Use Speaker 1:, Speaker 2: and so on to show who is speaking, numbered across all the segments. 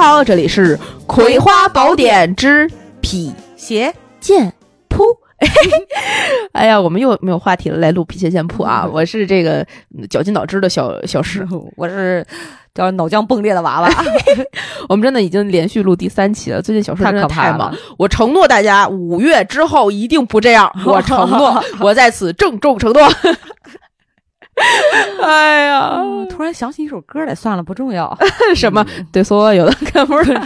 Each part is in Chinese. Speaker 1: 好，这里是《葵花宝典之匹
Speaker 2: 鞋
Speaker 1: 剑谱》。 哎呀，我们又没有话题了，来录《匹鞋剑谱》啊！我是这个嗯绞尽脑汁的小小石，
Speaker 2: 我是叫脑浆迸裂的娃娃，
Speaker 1: 我们真的已经连续录第三期了。最近小石真的
Speaker 2: 太可怕
Speaker 1: 太
Speaker 2: 了
Speaker 1: 忙，我承诺大家，五月之后一定不这样，我承诺，我在此郑重承诺。 哎呀，
Speaker 2: 嗯突然想起一首歌来，算了，不重 要。
Speaker 1: 什么对所有的看 不是，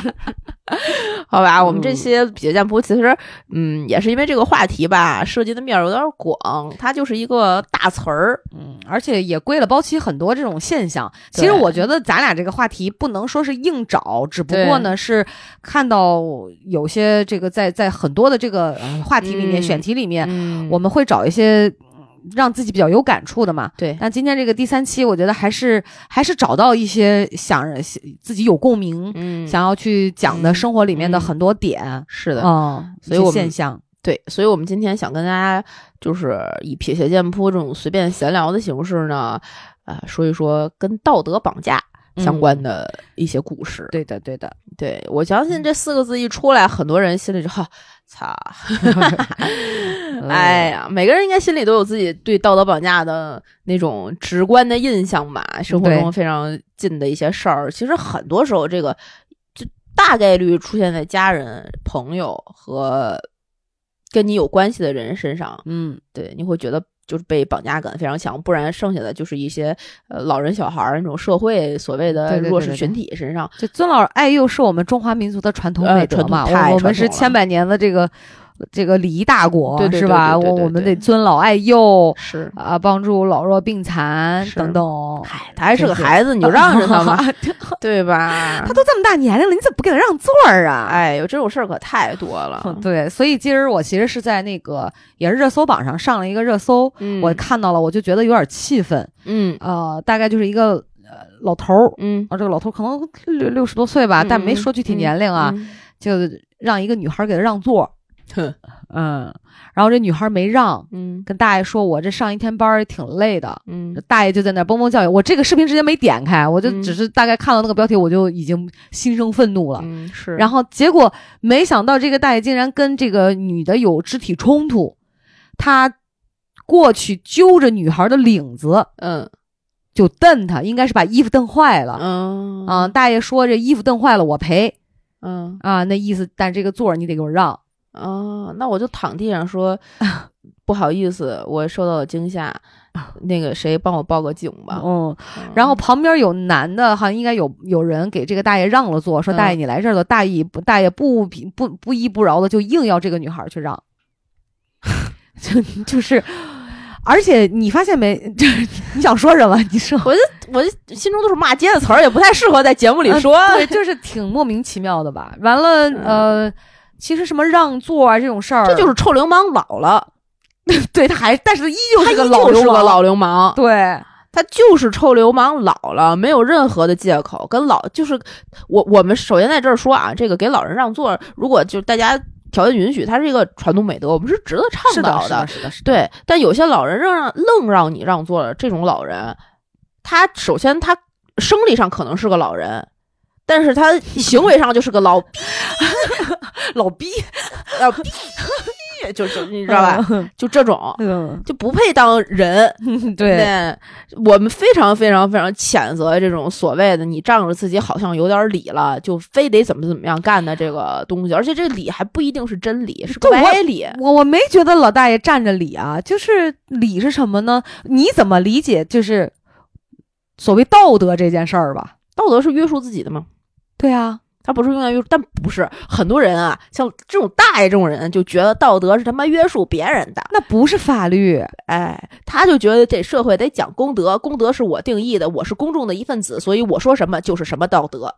Speaker 1: 好吧，我们这些比剑谱其实，嗯，也是因为这个话题吧，涉及的面儿有点广，它就是一个大词儿，
Speaker 2: 嗯，而且也归了包期很多这种现象。其实
Speaker 1: 对
Speaker 2: 我觉得咱俩这个话题不能说是硬找，只不过呢是看到有些这个在在很多的这个呃话题里面、
Speaker 1: 嗯
Speaker 2: 选题里面，
Speaker 1: 嗯
Speaker 2: 我们会找一些嗯让自己比较有感触的嘛。
Speaker 1: 对
Speaker 2: 但今天这个第三期，我觉得还是还是找到一些想自己有共鸣、
Speaker 1: 嗯
Speaker 2: 想要去讲的生活里面的很多点。
Speaker 1: 是的，
Speaker 2: 哦，
Speaker 1: 所以我们
Speaker 2: 一些现象，
Speaker 1: 对，所以我们今天想跟大家就是以撇鞋剑扑这种随便闲聊的形式呢，呃，说一说跟道德绑架相关的一些故事。
Speaker 2: 对的，对的，
Speaker 1: 对我相信这四个字一出来，很多人心里就哈， 擦，哎呀，每个人应该心里都有自己对道德绑架的那种直观的印象
Speaker 2: 嗯
Speaker 1: 吧，生活中
Speaker 2: 对
Speaker 1: 非常近的一些事儿。其实很多时候，这个就大概率出现在家人、朋友和跟你有关系的人身上。
Speaker 2: 嗯，
Speaker 1: 对，你会觉得就是被绑架感非常强，不然剩下的就是一些呃老人、小孩儿那种社会所谓
Speaker 2: 对
Speaker 1: 的
Speaker 2: 对对
Speaker 1: 弱
Speaker 2: 对
Speaker 1: 势
Speaker 2: 对
Speaker 1: 群体身上。
Speaker 2: 就尊老爱幼是我们中华民族的传统美德嘛，
Speaker 1: 呃传统太
Speaker 2: 我我
Speaker 1: 传统
Speaker 2: 们是
Speaker 1: 了
Speaker 2: 千百年的这个这个礼仪大国，
Speaker 1: 对对对
Speaker 2: 是吧？
Speaker 1: 对对
Speaker 2: 我
Speaker 1: 对对
Speaker 2: 我们
Speaker 1: 对
Speaker 2: 得尊老爱幼
Speaker 1: 是，
Speaker 2: 啊，帮助老弱病残
Speaker 1: 是
Speaker 2: 等等。哎
Speaker 1: 嗨，他还是
Speaker 2: 真
Speaker 1: 个
Speaker 2: 是
Speaker 1: 孩子，你就让着他吧，对
Speaker 2: 他
Speaker 1: 吧？
Speaker 2: 都这么大年龄了，你怎么不给他让座儿啊？
Speaker 1: 哎呦，这种事儿可太多了。
Speaker 2: 对，所以今儿我其实是在那个也是热搜榜上上了一个热搜，
Speaker 1: 嗯
Speaker 2: 我看到了，我就觉得有点气愤。
Speaker 1: 嗯
Speaker 2: 呃，大概就是一个呃老头儿，
Speaker 1: 嗯
Speaker 2: 啊，这个老头儿可能六六十多岁吧，
Speaker 1: 嗯
Speaker 2: 但没
Speaker 1: 嗯
Speaker 2: 说具体
Speaker 1: 嗯
Speaker 2: 年龄啊，，就让一个女孩儿给他让座，
Speaker 1: 哼
Speaker 2: 嗯，然后这女孩儿没让，
Speaker 1: 嗯
Speaker 2: 跟大爷说：“我这上一天班儿也挺累的。”
Speaker 1: 嗯
Speaker 2: 大爷就在那儿蹦蹦叫我，我这个视频直接没点开，我就
Speaker 1: 嗯
Speaker 2: 只是大概看到那个标题，我就已经心生愤怒了。
Speaker 1: 嗯是，
Speaker 2: 然
Speaker 1: 后
Speaker 2: 后结果没想到这个大爷竟然跟这个女的有肢体冲突，他过去揪着女孩的领子
Speaker 1: 嗯
Speaker 2: 就蹬她，应该是把衣服蹬坏了。
Speaker 1: 嗯
Speaker 2: 啊，大爷说这衣服蹬坏了我赔
Speaker 1: 嗯
Speaker 2: 啊，那意思，但这个座儿你得给我让。
Speaker 1: 啊，那我就躺地上说，不好意思，我受到了惊吓，那个谁帮我报个警吧。
Speaker 2: 嗯，
Speaker 1: 嗯
Speaker 2: 然后旁边有男的，好像应该有有人给这个大爷让了座，说
Speaker 1: 嗯
Speaker 2: 大爷你来这儿了。大爷不大爷不不不不依不饶的，就硬要这个女孩去让， 就就是，而且你发现没， 就是你想说什么？你说
Speaker 1: 我就我就心中都是骂街的词儿，也不太适合在节目里说。
Speaker 2: 对，就是挺莫名其妙的吧？完了，呃，其实什么让座啊这种事儿，
Speaker 1: 这就是臭流氓老了，
Speaker 2: 对他还，但是依旧
Speaker 1: 他
Speaker 2: 是个
Speaker 1: 依
Speaker 2: 老
Speaker 1: 旧
Speaker 2: 流
Speaker 1: 是个
Speaker 2: 氓，
Speaker 1: 老流氓，
Speaker 2: 对，
Speaker 1: 他就是臭流氓老了，没有任何的借口。跟老就是我我们首先在这儿说啊，这个给老人让座，如果就大家条件允许，它是一个传统美德，我们是值得倡
Speaker 2: 是
Speaker 1: 导
Speaker 2: 的，是的，是的，是的，
Speaker 1: 对，但有些老人让让愣让你让座了，这种老人，他首先他生理上可能是个老人。但是他行为上就是个老逼，
Speaker 2: 老逼，
Speaker 1: 老逼，就是你知道吧？就这种
Speaker 2: 嗯，
Speaker 1: 就不配当人，
Speaker 2: 对，
Speaker 1: 对，我们非常非常非常谴责这种所谓的你仗着自己好像有点理了，就非得怎么怎么样干的这个东西，而且这理还不一定是真理，是个
Speaker 2: 对我
Speaker 1: 歪理。
Speaker 2: 我我没觉得老大爷占着理啊，就是理是什么呢？你怎么理解就是所谓道德这件事儿吧？
Speaker 1: 道德是约束自己的吗？
Speaker 2: 对啊，
Speaker 1: 他不是用来约束，但不是很多人啊，像这种大爷这种人就觉得道德是他妈约束别人的，
Speaker 2: 那不是法律，
Speaker 1: 哎，他就觉得这社会得讲公德，公德是我定义的，我是公众的一份子，所以我说什么就是什么道德。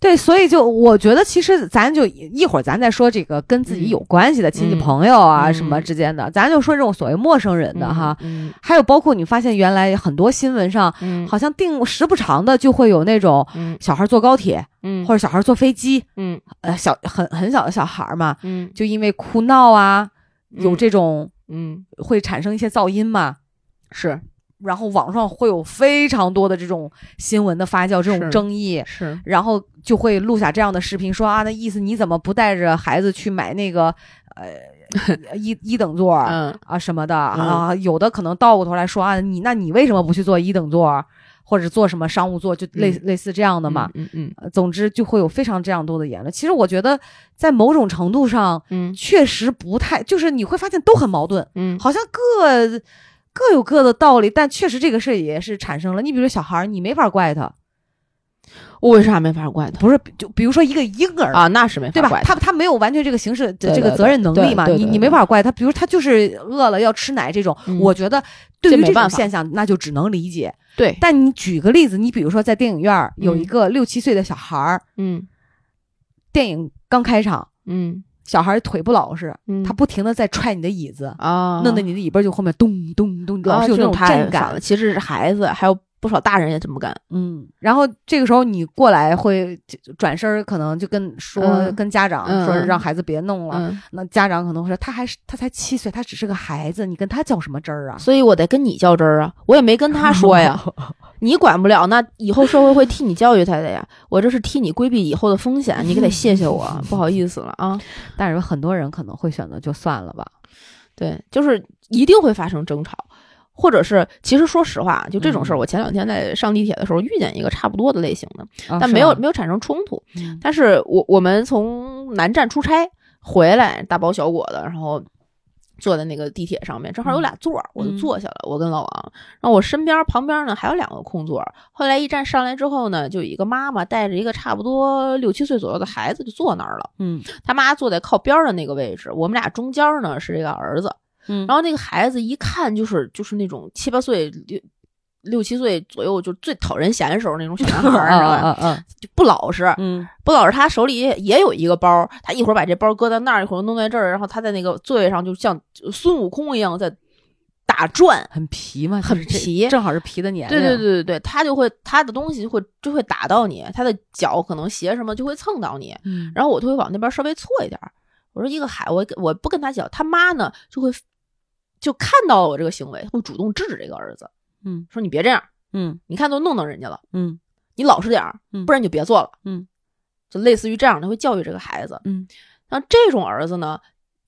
Speaker 2: 对，所以就我觉得其实咱就一会儿咱再说这个跟自己有关系的亲戚
Speaker 1: 嗯
Speaker 2: 朋友啊、
Speaker 1: 嗯
Speaker 2: 什么之间的，咱就说这种所谓陌生人的哈。
Speaker 1: 嗯，
Speaker 2: 还有包括你发现原来很多新闻上
Speaker 1: 嗯
Speaker 2: 好像定时不常的就会有那种
Speaker 1: 嗯
Speaker 2: 小孩坐高铁
Speaker 1: 嗯
Speaker 2: 或者小孩坐飞机，
Speaker 1: 嗯
Speaker 2: 呃小很很小的小孩嘛，
Speaker 1: 嗯
Speaker 2: 就因为哭闹啊有
Speaker 1: 嗯
Speaker 2: 这种。
Speaker 1: 嗯
Speaker 2: 会产生一些噪音嘛。
Speaker 1: 是
Speaker 2: 然后网上会有非常多的这种新闻的发酵，这种
Speaker 1: 是
Speaker 2: 争议，
Speaker 1: 是
Speaker 2: 然后就会录下这样的视频，说啊，那意思你怎么不带着孩子去买那个呃一一等座儿
Speaker 1: 嗯
Speaker 2: 啊什么的、啊？有的可能倒过头来说啊，你那你为什么不去坐一等座儿，或者坐什么商务座，就类、
Speaker 1: 嗯
Speaker 2: 类似这样的嘛？
Speaker 1: 嗯嗯
Speaker 2: 呃总之就会有非常这样多的言论。其实我觉得，在某种程度上，
Speaker 1: 嗯
Speaker 2: 确实不太，就是你会发现都很矛盾，
Speaker 1: 嗯
Speaker 2: 好像各各有各的道理，但确实这个事儿也是产生了。你比如说小孩儿，你没法怪他，
Speaker 1: 我为啥没法怪他
Speaker 2: 不是就比如说一个婴儿，
Speaker 1: 啊？那是没
Speaker 2: 对
Speaker 1: 法
Speaker 2: 吧
Speaker 1: 怪？
Speaker 2: 他他没有完全这个刑事
Speaker 1: 对
Speaker 2: 这个
Speaker 1: 对
Speaker 2: 责任能力嘛，
Speaker 1: 对对对
Speaker 2: 你
Speaker 1: 对
Speaker 2: 你没法怪他。比如他就是饿了要吃奶这种，
Speaker 1: 嗯
Speaker 2: 我觉得对
Speaker 1: 这
Speaker 2: 于
Speaker 1: 没
Speaker 2: 这种
Speaker 1: 办法
Speaker 2: 现象，那就只能理解。
Speaker 1: 对，
Speaker 2: 但你举个例子，你比如说在电影院儿有一个六七岁的小孩儿，
Speaker 1: 嗯
Speaker 2: 电影刚开场，
Speaker 1: 嗯
Speaker 2: 小孩儿腿不老实，
Speaker 1: 嗯，
Speaker 2: 他不停的在踹你的椅子，
Speaker 1: 啊，
Speaker 2: 弄得你的椅背就后面咚咚咚，老
Speaker 1: 啊
Speaker 2: 是有那
Speaker 1: 这
Speaker 2: 种
Speaker 1: 太
Speaker 2: 震
Speaker 1: 烦
Speaker 2: 感
Speaker 1: 了。。其实是孩子，还有不少大人也这么干。
Speaker 2: 嗯，然后这个时候你过来会就转身儿，可能就跟说、
Speaker 1: 嗯
Speaker 2: 跟家长
Speaker 1: 嗯
Speaker 2: 说
Speaker 1: 嗯
Speaker 2: 让孩子别弄了。
Speaker 1: 嗯，
Speaker 2: 那家长可能会说，他还是他才七岁，他只是个孩子，你跟他较什么真儿啊？
Speaker 1: 所以我得跟你较真儿啊，我也没跟 他说 呀，你管不了，那以后社会会替你教育他的呀。我这是替你规避以后的风险，你可得谢谢 我，不好意思了 啊。
Speaker 2: 但是有很多人可能会选择就算了吧。
Speaker 1: 对，就是一定会发生争吵，或者是其实说实话，就这种事儿，
Speaker 2: 嗯
Speaker 1: 我前两天在上地铁的时候遇见一个差不多的类型的，
Speaker 2: 啊
Speaker 1: 但
Speaker 2: 是
Speaker 1: 没有
Speaker 2: 吗
Speaker 1: 没有产生冲突。
Speaker 2: 嗯
Speaker 1: 但是我我们从南站出差回来，大包小裹的，然后坐在那个地铁上面，正好有俩座儿，我就
Speaker 2: 嗯
Speaker 1: 坐下了。我跟老王，然后我身边旁边呢还有两个空座儿。后来一站上来之后呢，就有一个妈妈带着一个差不多六七岁左右的孩子就坐那儿了，
Speaker 2: 嗯
Speaker 1: 他妈坐在靠边儿的那个位置，我们俩中间儿呢是这个儿子。
Speaker 2: 嗯，
Speaker 1: 然后那个孩子一看就是就是那种七八岁六六七岁左右，就最讨人嫌的时候那种小男孩儿，你知道 吧？
Speaker 2: 啊啊
Speaker 1: 就不老实，
Speaker 2: 嗯
Speaker 1: 不老实。他手里也也有一个包，他一会儿把这包搁在那儿，一会儿弄在这儿，然后他在那个座位上就像孙悟空一样在打转。
Speaker 2: 很皮嘛，
Speaker 1: 很
Speaker 2: 就是这
Speaker 1: 皮
Speaker 2: 正好是皮的年龄。
Speaker 1: 对对对对对，他就会他的东西会就会打到你，他的脚可能鞋什么就会蹭到你，
Speaker 2: 嗯，
Speaker 1: 然后我就会往那边稍微错一点儿。我说一个孩，我我不跟他讲，他妈呢就会就看到了我这个行为，会主动制止这个儿子，
Speaker 2: 嗯
Speaker 1: 说你别这样，
Speaker 2: 嗯
Speaker 1: 你看都弄到人家了，
Speaker 2: 嗯
Speaker 1: 你老实点儿
Speaker 2: 嗯，
Speaker 1: 不然你就别做了。
Speaker 2: 嗯，
Speaker 1: 就类似于这样，他会教育这个孩子。
Speaker 2: 嗯
Speaker 1: 像这种儿子呢，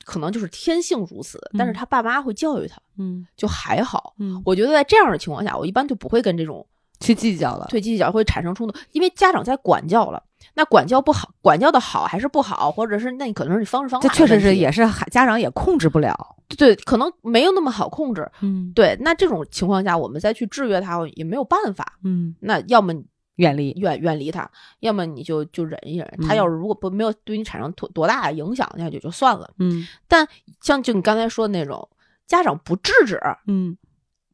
Speaker 1: 可能就是天性如此，但是他爸妈会教育他，
Speaker 2: 嗯
Speaker 1: 就还好。
Speaker 2: 嗯，
Speaker 1: 我觉得在这样的情况下，我一般就不会跟这种
Speaker 2: 去计较了。
Speaker 1: 对计较会产生冲突，因为家长在管教了。那管教不好，管教的好还是不好，或者是那你可能是你方式方法
Speaker 2: 这
Speaker 1: 的
Speaker 2: 确实
Speaker 1: 问
Speaker 2: 是
Speaker 1: 题
Speaker 2: 也是孩家长也控制不了。
Speaker 1: 对，可能没有那么好控制。
Speaker 2: 嗯
Speaker 1: 对，那这种情况下，我们再去制约他也没有办法。
Speaker 2: 嗯，
Speaker 1: 那要么你
Speaker 2: 远离。
Speaker 1: 远远离他，要么你就就忍一忍。他
Speaker 2: 嗯
Speaker 1: 要是如果不没有对你产生多多大的影响，那就就算了。
Speaker 2: 嗯
Speaker 1: 但像就你刚才说的那种，家长不制止
Speaker 2: 嗯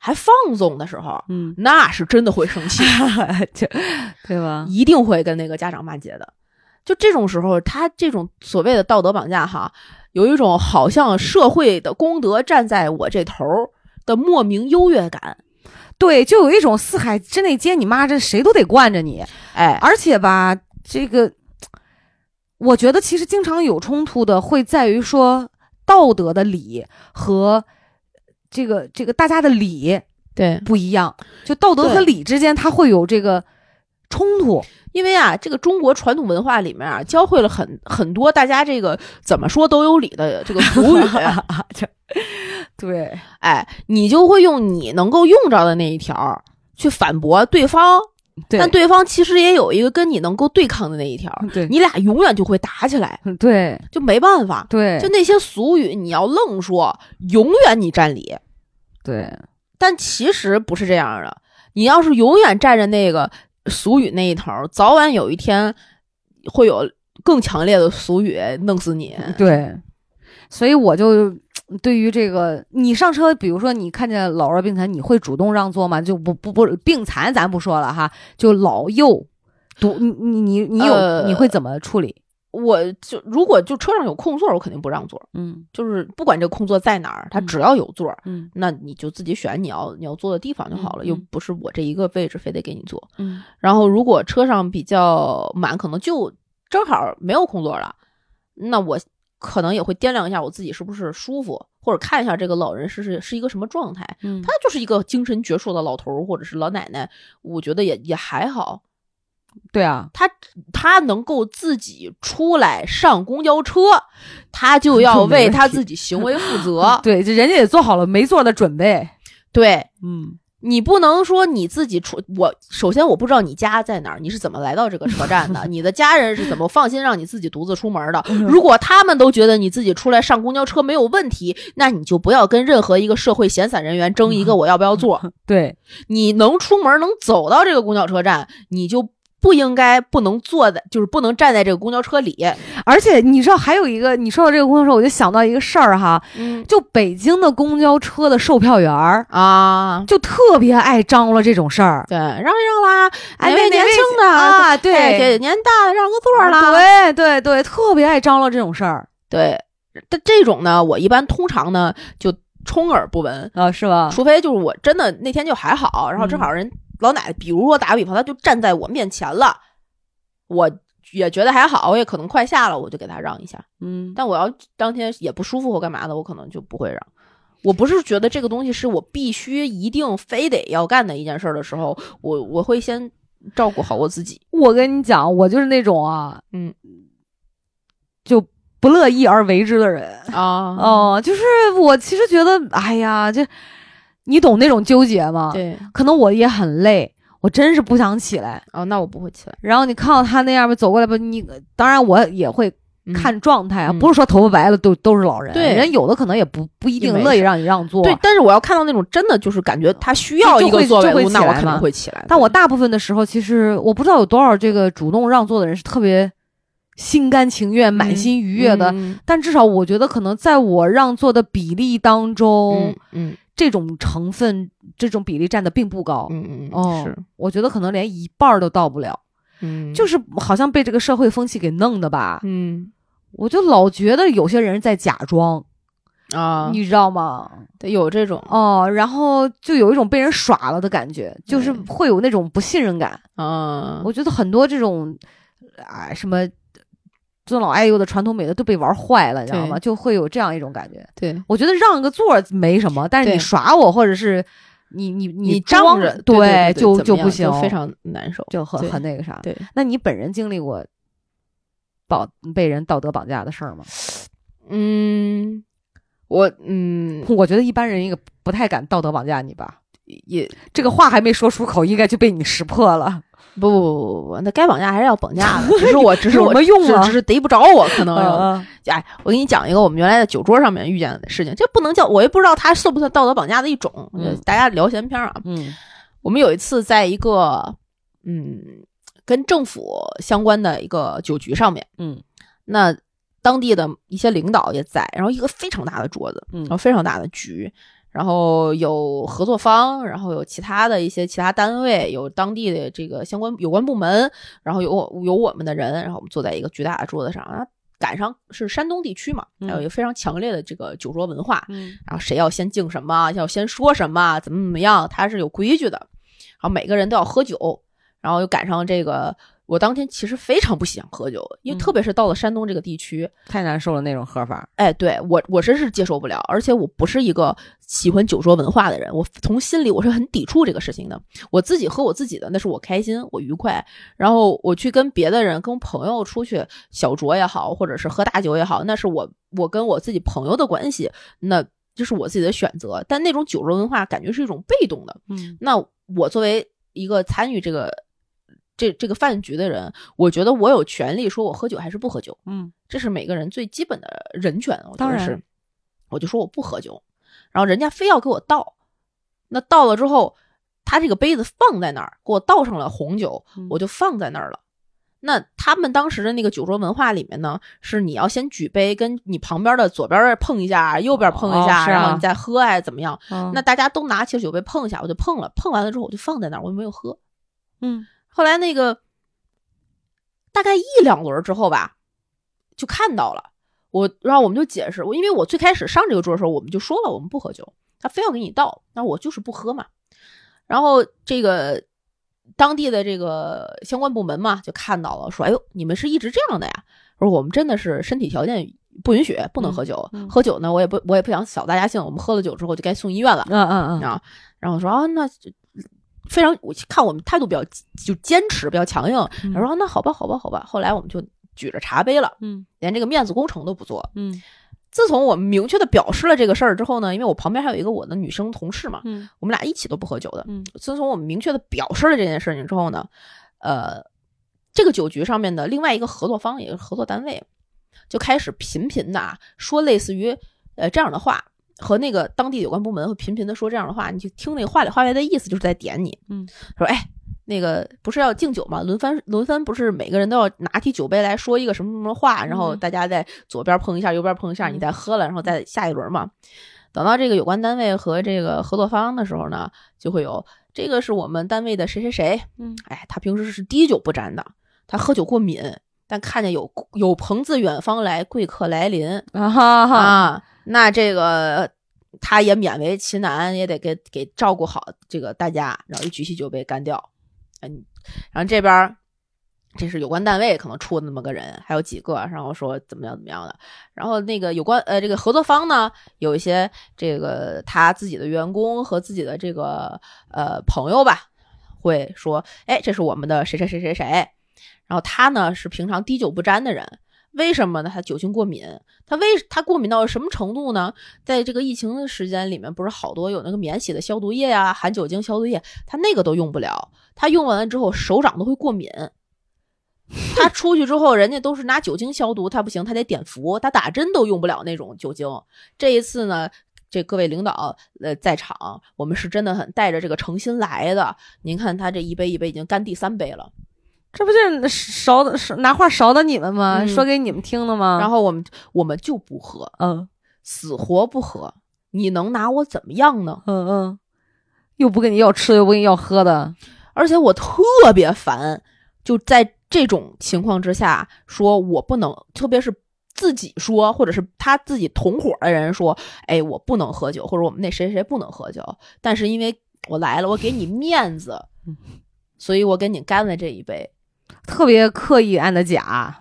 Speaker 1: 还放纵的时候，
Speaker 2: 嗯，
Speaker 1: 那是真的会生气，
Speaker 2: 就嗯对吧？
Speaker 1: 一定会跟那个家长骂街的。就这种时候，他这种所谓的道德绑架哈，有一种好像社会的公德站在我这头儿的莫名优越感。
Speaker 2: 对，就有一种四海之内皆你妈，这谁都得惯着你。
Speaker 1: 哎，
Speaker 2: 而且吧，这个我觉得其实经常有冲突的，会在于说道德的理和这个这个大家的理
Speaker 1: 对，
Speaker 2: 不一样，就道德和
Speaker 1: 对
Speaker 2: 理之间，它会有这个冲 突。
Speaker 1: 因为啊，这个中国传统文化里面啊，教会了很很多大家这个怎么说都有理的这个俗语。啊
Speaker 2: 啊对，
Speaker 1: 哎，你就会用你能够用着的那一条儿去反驳对方，
Speaker 2: 对
Speaker 1: 但对方其实也有一个跟你能够对抗的那一条儿，
Speaker 2: 嗯对嗯
Speaker 1: 你俩永远就会打起来，
Speaker 2: 对
Speaker 1: 就没办法。
Speaker 2: 对
Speaker 1: 就那些俗语，你要愣说，永远你占理，
Speaker 2: 对，
Speaker 1: 但其实不是这样的。你要是永远站着那个俗语那一头儿，早晚有一天会有更强烈的俗语弄死你。
Speaker 2: 对，所以我就对于这个，你上车，比如说你看见老弱病残，你会主动让座吗？就不不不，病残咱不说了哈，就老幼独，你你你你有、
Speaker 1: 呃
Speaker 2: 你会怎么处理？
Speaker 1: 我就如果就车上有空座儿，我肯定不让座儿，
Speaker 2: 嗯
Speaker 1: 就是不管这个空座在哪儿，他
Speaker 2: 嗯
Speaker 1: 只要有座儿，
Speaker 2: 嗯
Speaker 1: 那你就自己选你要你要坐的地方就好了，
Speaker 2: 嗯
Speaker 1: 又
Speaker 2: 嗯
Speaker 1: 不是我这一个位置非得给你坐。
Speaker 2: 嗯
Speaker 1: 然后如果车上比较满，可能就正好没有空座了，那我可能也会掂量一下我自己是不是舒服，或者看一下这个老人是是是一个什么状态。
Speaker 2: 嗯
Speaker 1: 他就是一个精神矍铄的老头儿或者是老奶奶，我觉得也也还好。
Speaker 2: 对啊，
Speaker 1: 他他能够自己出来上公交车，他就要
Speaker 2: 没
Speaker 1: 为
Speaker 2: 问
Speaker 1: 他
Speaker 2: 题
Speaker 1: 自己 行为负责。
Speaker 2: 对，这人家也做好了没座的准备。
Speaker 1: 对
Speaker 2: 嗯，
Speaker 1: 你不能说你自己出我，首先我不知道你家在哪儿，你是怎么来到这个车站的，你的家人是怎么放心让你自己独自出门的。
Speaker 2: 嗯
Speaker 1: 如果他们都觉得你自己出来上公交车没有问题，那你就不要跟任何一个社会闲散人员争一个我要不要坐。
Speaker 2: 对，
Speaker 1: 你能出门能走到这个公交车站，你就不应该不能坐在，就是不能站在这个公交车里。
Speaker 2: 而且你知道还有一个，你说到这个公交车，我就想到一个事儿哈，
Speaker 1: 嗯
Speaker 2: 就北京的公交车的售票员儿
Speaker 1: 啊，
Speaker 2: 就特别爱张罗这种事儿。
Speaker 1: 对，让一让啦，哪
Speaker 2: 哎哪
Speaker 1: 位
Speaker 2: 位
Speaker 1: 年
Speaker 2: 哪位
Speaker 1: 轻的
Speaker 2: 啊对啊
Speaker 1: 哎给年大的让个座儿啦。
Speaker 2: 对对对，特别爱张罗这种事儿
Speaker 1: 对，但这种呢，我一般通常呢就充耳不闻，
Speaker 2: 啊，是吧？
Speaker 1: 除非就是我真的那天就还好，然后正好人老奶奶，比如说打个比方，她就站在我面前了，我也觉得还好，我也可能快下了，我就给她让一下。
Speaker 2: 嗯，
Speaker 1: 但我要当天也不舒服或干嘛的，我可能就不会让。我不是觉得这个东西是我必须一定非得要干的一件事儿的时候，我我会先照顾好我自己。
Speaker 2: 我跟你讲，我就是那种啊，
Speaker 1: 嗯，
Speaker 2: 就不乐意而为之的人。
Speaker 1: 啊
Speaker 2: 哦、就是我其实觉得，哎呀，这你懂那种纠结吗？，
Speaker 1: 哦对，
Speaker 2: 可能我也很累，我真是不想起来。
Speaker 1: 哦，那我不会起来
Speaker 2: 然后你看到他那样吧，走过来吧，你当然我也会
Speaker 1: 看。
Speaker 2: 看状态啊，
Speaker 1: 嗯
Speaker 2: 不是说头发白了都都是老人，
Speaker 1: 对
Speaker 2: 人有的可能也不不一定
Speaker 1: 也没
Speaker 2: 乐意
Speaker 1: 事
Speaker 2: 让你让座，
Speaker 1: 对，但是我要看到那种真的就是感觉他需要
Speaker 2: 就
Speaker 1: 一个
Speaker 2: 会
Speaker 1: 座位
Speaker 2: 就会
Speaker 1: 物，那
Speaker 2: 起
Speaker 1: 我
Speaker 2: 来
Speaker 1: 肯定
Speaker 2: 嘛
Speaker 1: 会起来的。
Speaker 2: 但我大部分的时候，其实我不知道有多少这个主动让座的人是特别心甘情愿、满心愉悦的。
Speaker 1: 嗯
Speaker 2: 但至少我觉得，可能在我让座的比例当中，
Speaker 1: 嗯嗯
Speaker 2: 这种成分、这种比例占的并不高。
Speaker 1: 嗯嗯，
Speaker 2: 哦
Speaker 1: 是，
Speaker 2: 我觉得可能连一半儿都到不了，
Speaker 1: 嗯
Speaker 2: 就是是好像被这个社会风气给弄的吧。
Speaker 1: 嗯
Speaker 2: 我就老觉得有些人在假装，
Speaker 1: 啊，
Speaker 2: 你知道吗？
Speaker 1: 得有这种
Speaker 2: 哦，然后就有一种被人耍了的感觉，就是
Speaker 1: 对
Speaker 2: 会有那种不信任感。
Speaker 1: 啊，
Speaker 2: 我觉得很多这种啊什么尊老爱幼的传统美德都被玩坏了，你知道吗？
Speaker 1: 对
Speaker 2: 就会有这样一种感觉。
Speaker 1: 对
Speaker 2: 我觉得让个座儿没什么，但是你
Speaker 1: 对
Speaker 2: 耍我或者是你你
Speaker 1: 你
Speaker 2: 装
Speaker 1: 仗着
Speaker 2: 对
Speaker 1: 对对
Speaker 2: 就
Speaker 1: 怎么样
Speaker 2: 不行，
Speaker 1: 非常难受。
Speaker 2: 就很
Speaker 1: 对
Speaker 2: 很那个啥。
Speaker 1: 对，
Speaker 2: 那你本人经历过绑被人道德绑架的事儿吗？
Speaker 1: 嗯，我嗯
Speaker 2: 我觉得一般人应该不太敢道德绑架你吧。
Speaker 1: 也
Speaker 2: 这个话还没说出口，应该就被你识破了。
Speaker 1: 不不不不不，那该绑架还是要绑架的，只是我 只是
Speaker 2: 有
Speaker 1: 我
Speaker 2: 什么用
Speaker 1: 只
Speaker 2: 啊
Speaker 1: 只是逮不着我，可能有
Speaker 2: 啊
Speaker 1: 哎，我给你讲一个我们原来在酒桌上面遇见的事情，这不能叫我也不知道它算不算道德绑架的一种，
Speaker 2: 嗯
Speaker 1: 呃大家聊闲篇儿啊。
Speaker 2: 嗯
Speaker 1: 我们有一次在一个嗯跟政府相关的一个酒局上面，
Speaker 2: 嗯
Speaker 1: 那当地的一些领导也在，然后一个非常大的桌子，然后
Speaker 2: 嗯
Speaker 1: 非常大的局，然后有合作方，然后有其他的一些其他单位，有当地的这个相关有关部门，然后有我有我们的人，然后我们坐在一个巨大的桌子上，然后赶上是山东地区嘛，
Speaker 2: 嗯
Speaker 1: 还有一个非常强烈的这个酒桌文化，
Speaker 2: 嗯
Speaker 1: 然后谁要先敬什么，要先说什么，怎么怎么样，它是有规矩的。然后每个人都要喝酒，然后又赶上这个，我当天其实非常不想喝酒，因为
Speaker 2: 嗯
Speaker 1: 特别是到了山东这个地区，
Speaker 2: 太难受了那种喝法。
Speaker 1: 哎，对我我真是接受不了，而且我不是一个喜欢酒桌文化的人，我从心里我是很抵触这个事情的。我自己喝我自己的，那是我开心，我愉快。然后我去跟别的人、跟朋友出去小酌也好，或者是喝大酒也好，那是我我跟我自己朋友的关系，那这是我自己的选择。但那种酒桌文化感觉是一种被动的，
Speaker 2: 嗯
Speaker 1: 那我作为一个参与这个这这个饭局的人，我觉得我有权利说我喝酒还是不喝酒。
Speaker 2: 嗯
Speaker 1: 这是每个人最基本的人权。我觉
Speaker 2: 当
Speaker 1: 得
Speaker 2: 然
Speaker 1: 是，我就说我不喝酒，然后人家非要给我倒，那倒了之后，他这个杯子放在那儿，给我倒上了红酒
Speaker 2: 嗯，
Speaker 1: 我就放在那儿了。那他们当时的那个酒桌文化里面呢，是你要先举杯，跟你旁边的左边碰一下，右边碰一下，
Speaker 2: 哦是啊
Speaker 1: 然后你再喝哎怎么样？
Speaker 2: 啊
Speaker 1: 那大家都拿起了酒杯碰一下，我就碰了，碰完了之后我就放在那儿，我就没有喝。
Speaker 2: 嗯
Speaker 1: 后来那个大概一两轮之后吧，就看到了我，然后我们就解释，我因为我最开始上这个桌的时候，我们就说了我们不喝酒，他非要给你倒，那我就是不喝嘛。然后这个当地的这个相关部门嘛，就看到了，说：“哎呦，你们是一直这样的呀？”我说：“我们真的是身体条件不允许，不能喝酒。
Speaker 2: 嗯嗯
Speaker 1: 喝酒呢，我也不我也不想扫大家兴，我们喝了酒之后就该送医院了。
Speaker 2: 嗯嗯嗯，
Speaker 1: 啊，然后我说啊，那就非常，我看我们态度比较就坚持，比较强硬。
Speaker 2: 嗯
Speaker 1: 他说、啊那好吧，好吧，好吧。后来我们就举着茶杯了，
Speaker 2: 嗯
Speaker 1: 连这个面子工程都不做。
Speaker 2: 嗯
Speaker 1: 自从我们明确的表示了这个事儿之后呢，因为我旁边还有一个我的女生同事嘛，
Speaker 2: 嗯
Speaker 1: 我们俩一起都不喝酒的。
Speaker 2: 嗯
Speaker 1: 自从我们明确的表示了这件事情之后呢，呃，这个酒局上面的另外一个合作方，也是合作单位，就开始频频的啊说类似于呃这样的话，和那个当地有关部门会频频的说这样的话，你就听那个话里话外的意思，就是在点你。
Speaker 2: 嗯，
Speaker 1: 说哎。那个不是要敬酒吗？轮番轮番不是每个人都要拿起酒杯来说一个什么什么话，然后
Speaker 2: 嗯
Speaker 1: 大家在左边碰一下，右边碰一下，你
Speaker 2: 嗯
Speaker 1: 再喝了，然后再下一轮嘛。等到这个有关单位和这个合作方的时候呢，就会有这个是我们单位的谁谁谁，
Speaker 2: 嗯
Speaker 1: 哎，他平时是滴酒不沾的，他喝酒过敏，但看见有有朋自远方来，贵客来临
Speaker 2: 啊哈哈，
Speaker 1: 啊，那这个他也勉为其难，也得给给照顾好这个大家，然后就举起酒杯干掉，嗯，然后这边儿这是有关单位可能出那么个人，还有几个，然后说怎么样怎么样的，然后那个有关呃这个合作方呢，有一些这个他自己的员工和自己的这个呃朋友吧，会说，哎，这是我们的谁谁谁谁谁，然后他呢是平常滴酒不沾的人。为什么呢？他酒精过敏，他为他过敏到什么程度呢？在这个疫情的时间里面，不是好多有那个免洗的消毒液呀、含酒精消毒液，他那个都用不了，他用完了之后手掌都会过敏。他出去之后，人家都是拿酒精消毒，他不行，他得碘伏，他打针都用不了那种酒精。这一次呢，这各位领导呃在场，我们是真的很带着这个诚心来的。您看他这一杯一杯已经干第三杯了，
Speaker 2: 这不就是勺的勺拿话勺的你们吗？
Speaker 1: 嗯
Speaker 2: 说给你们听的吗？
Speaker 1: 然
Speaker 2: 后
Speaker 1: 后我们我们就不喝，
Speaker 2: 嗯
Speaker 1: 死活不喝，你能拿我怎么样呢？
Speaker 2: 嗯嗯，又不跟你要吃的，又不跟你要喝的，
Speaker 1: 而且我特别烦，就在这种情况之下，说我不能，特别是自己说，或者是他自己同伙的人说，哎，我不能喝酒，或者我们那谁谁谁不能喝酒，但是因为我来了，我给你面子，
Speaker 2: 嗯
Speaker 1: 所以我跟你干了这一杯，
Speaker 2: 特别刻意按的假。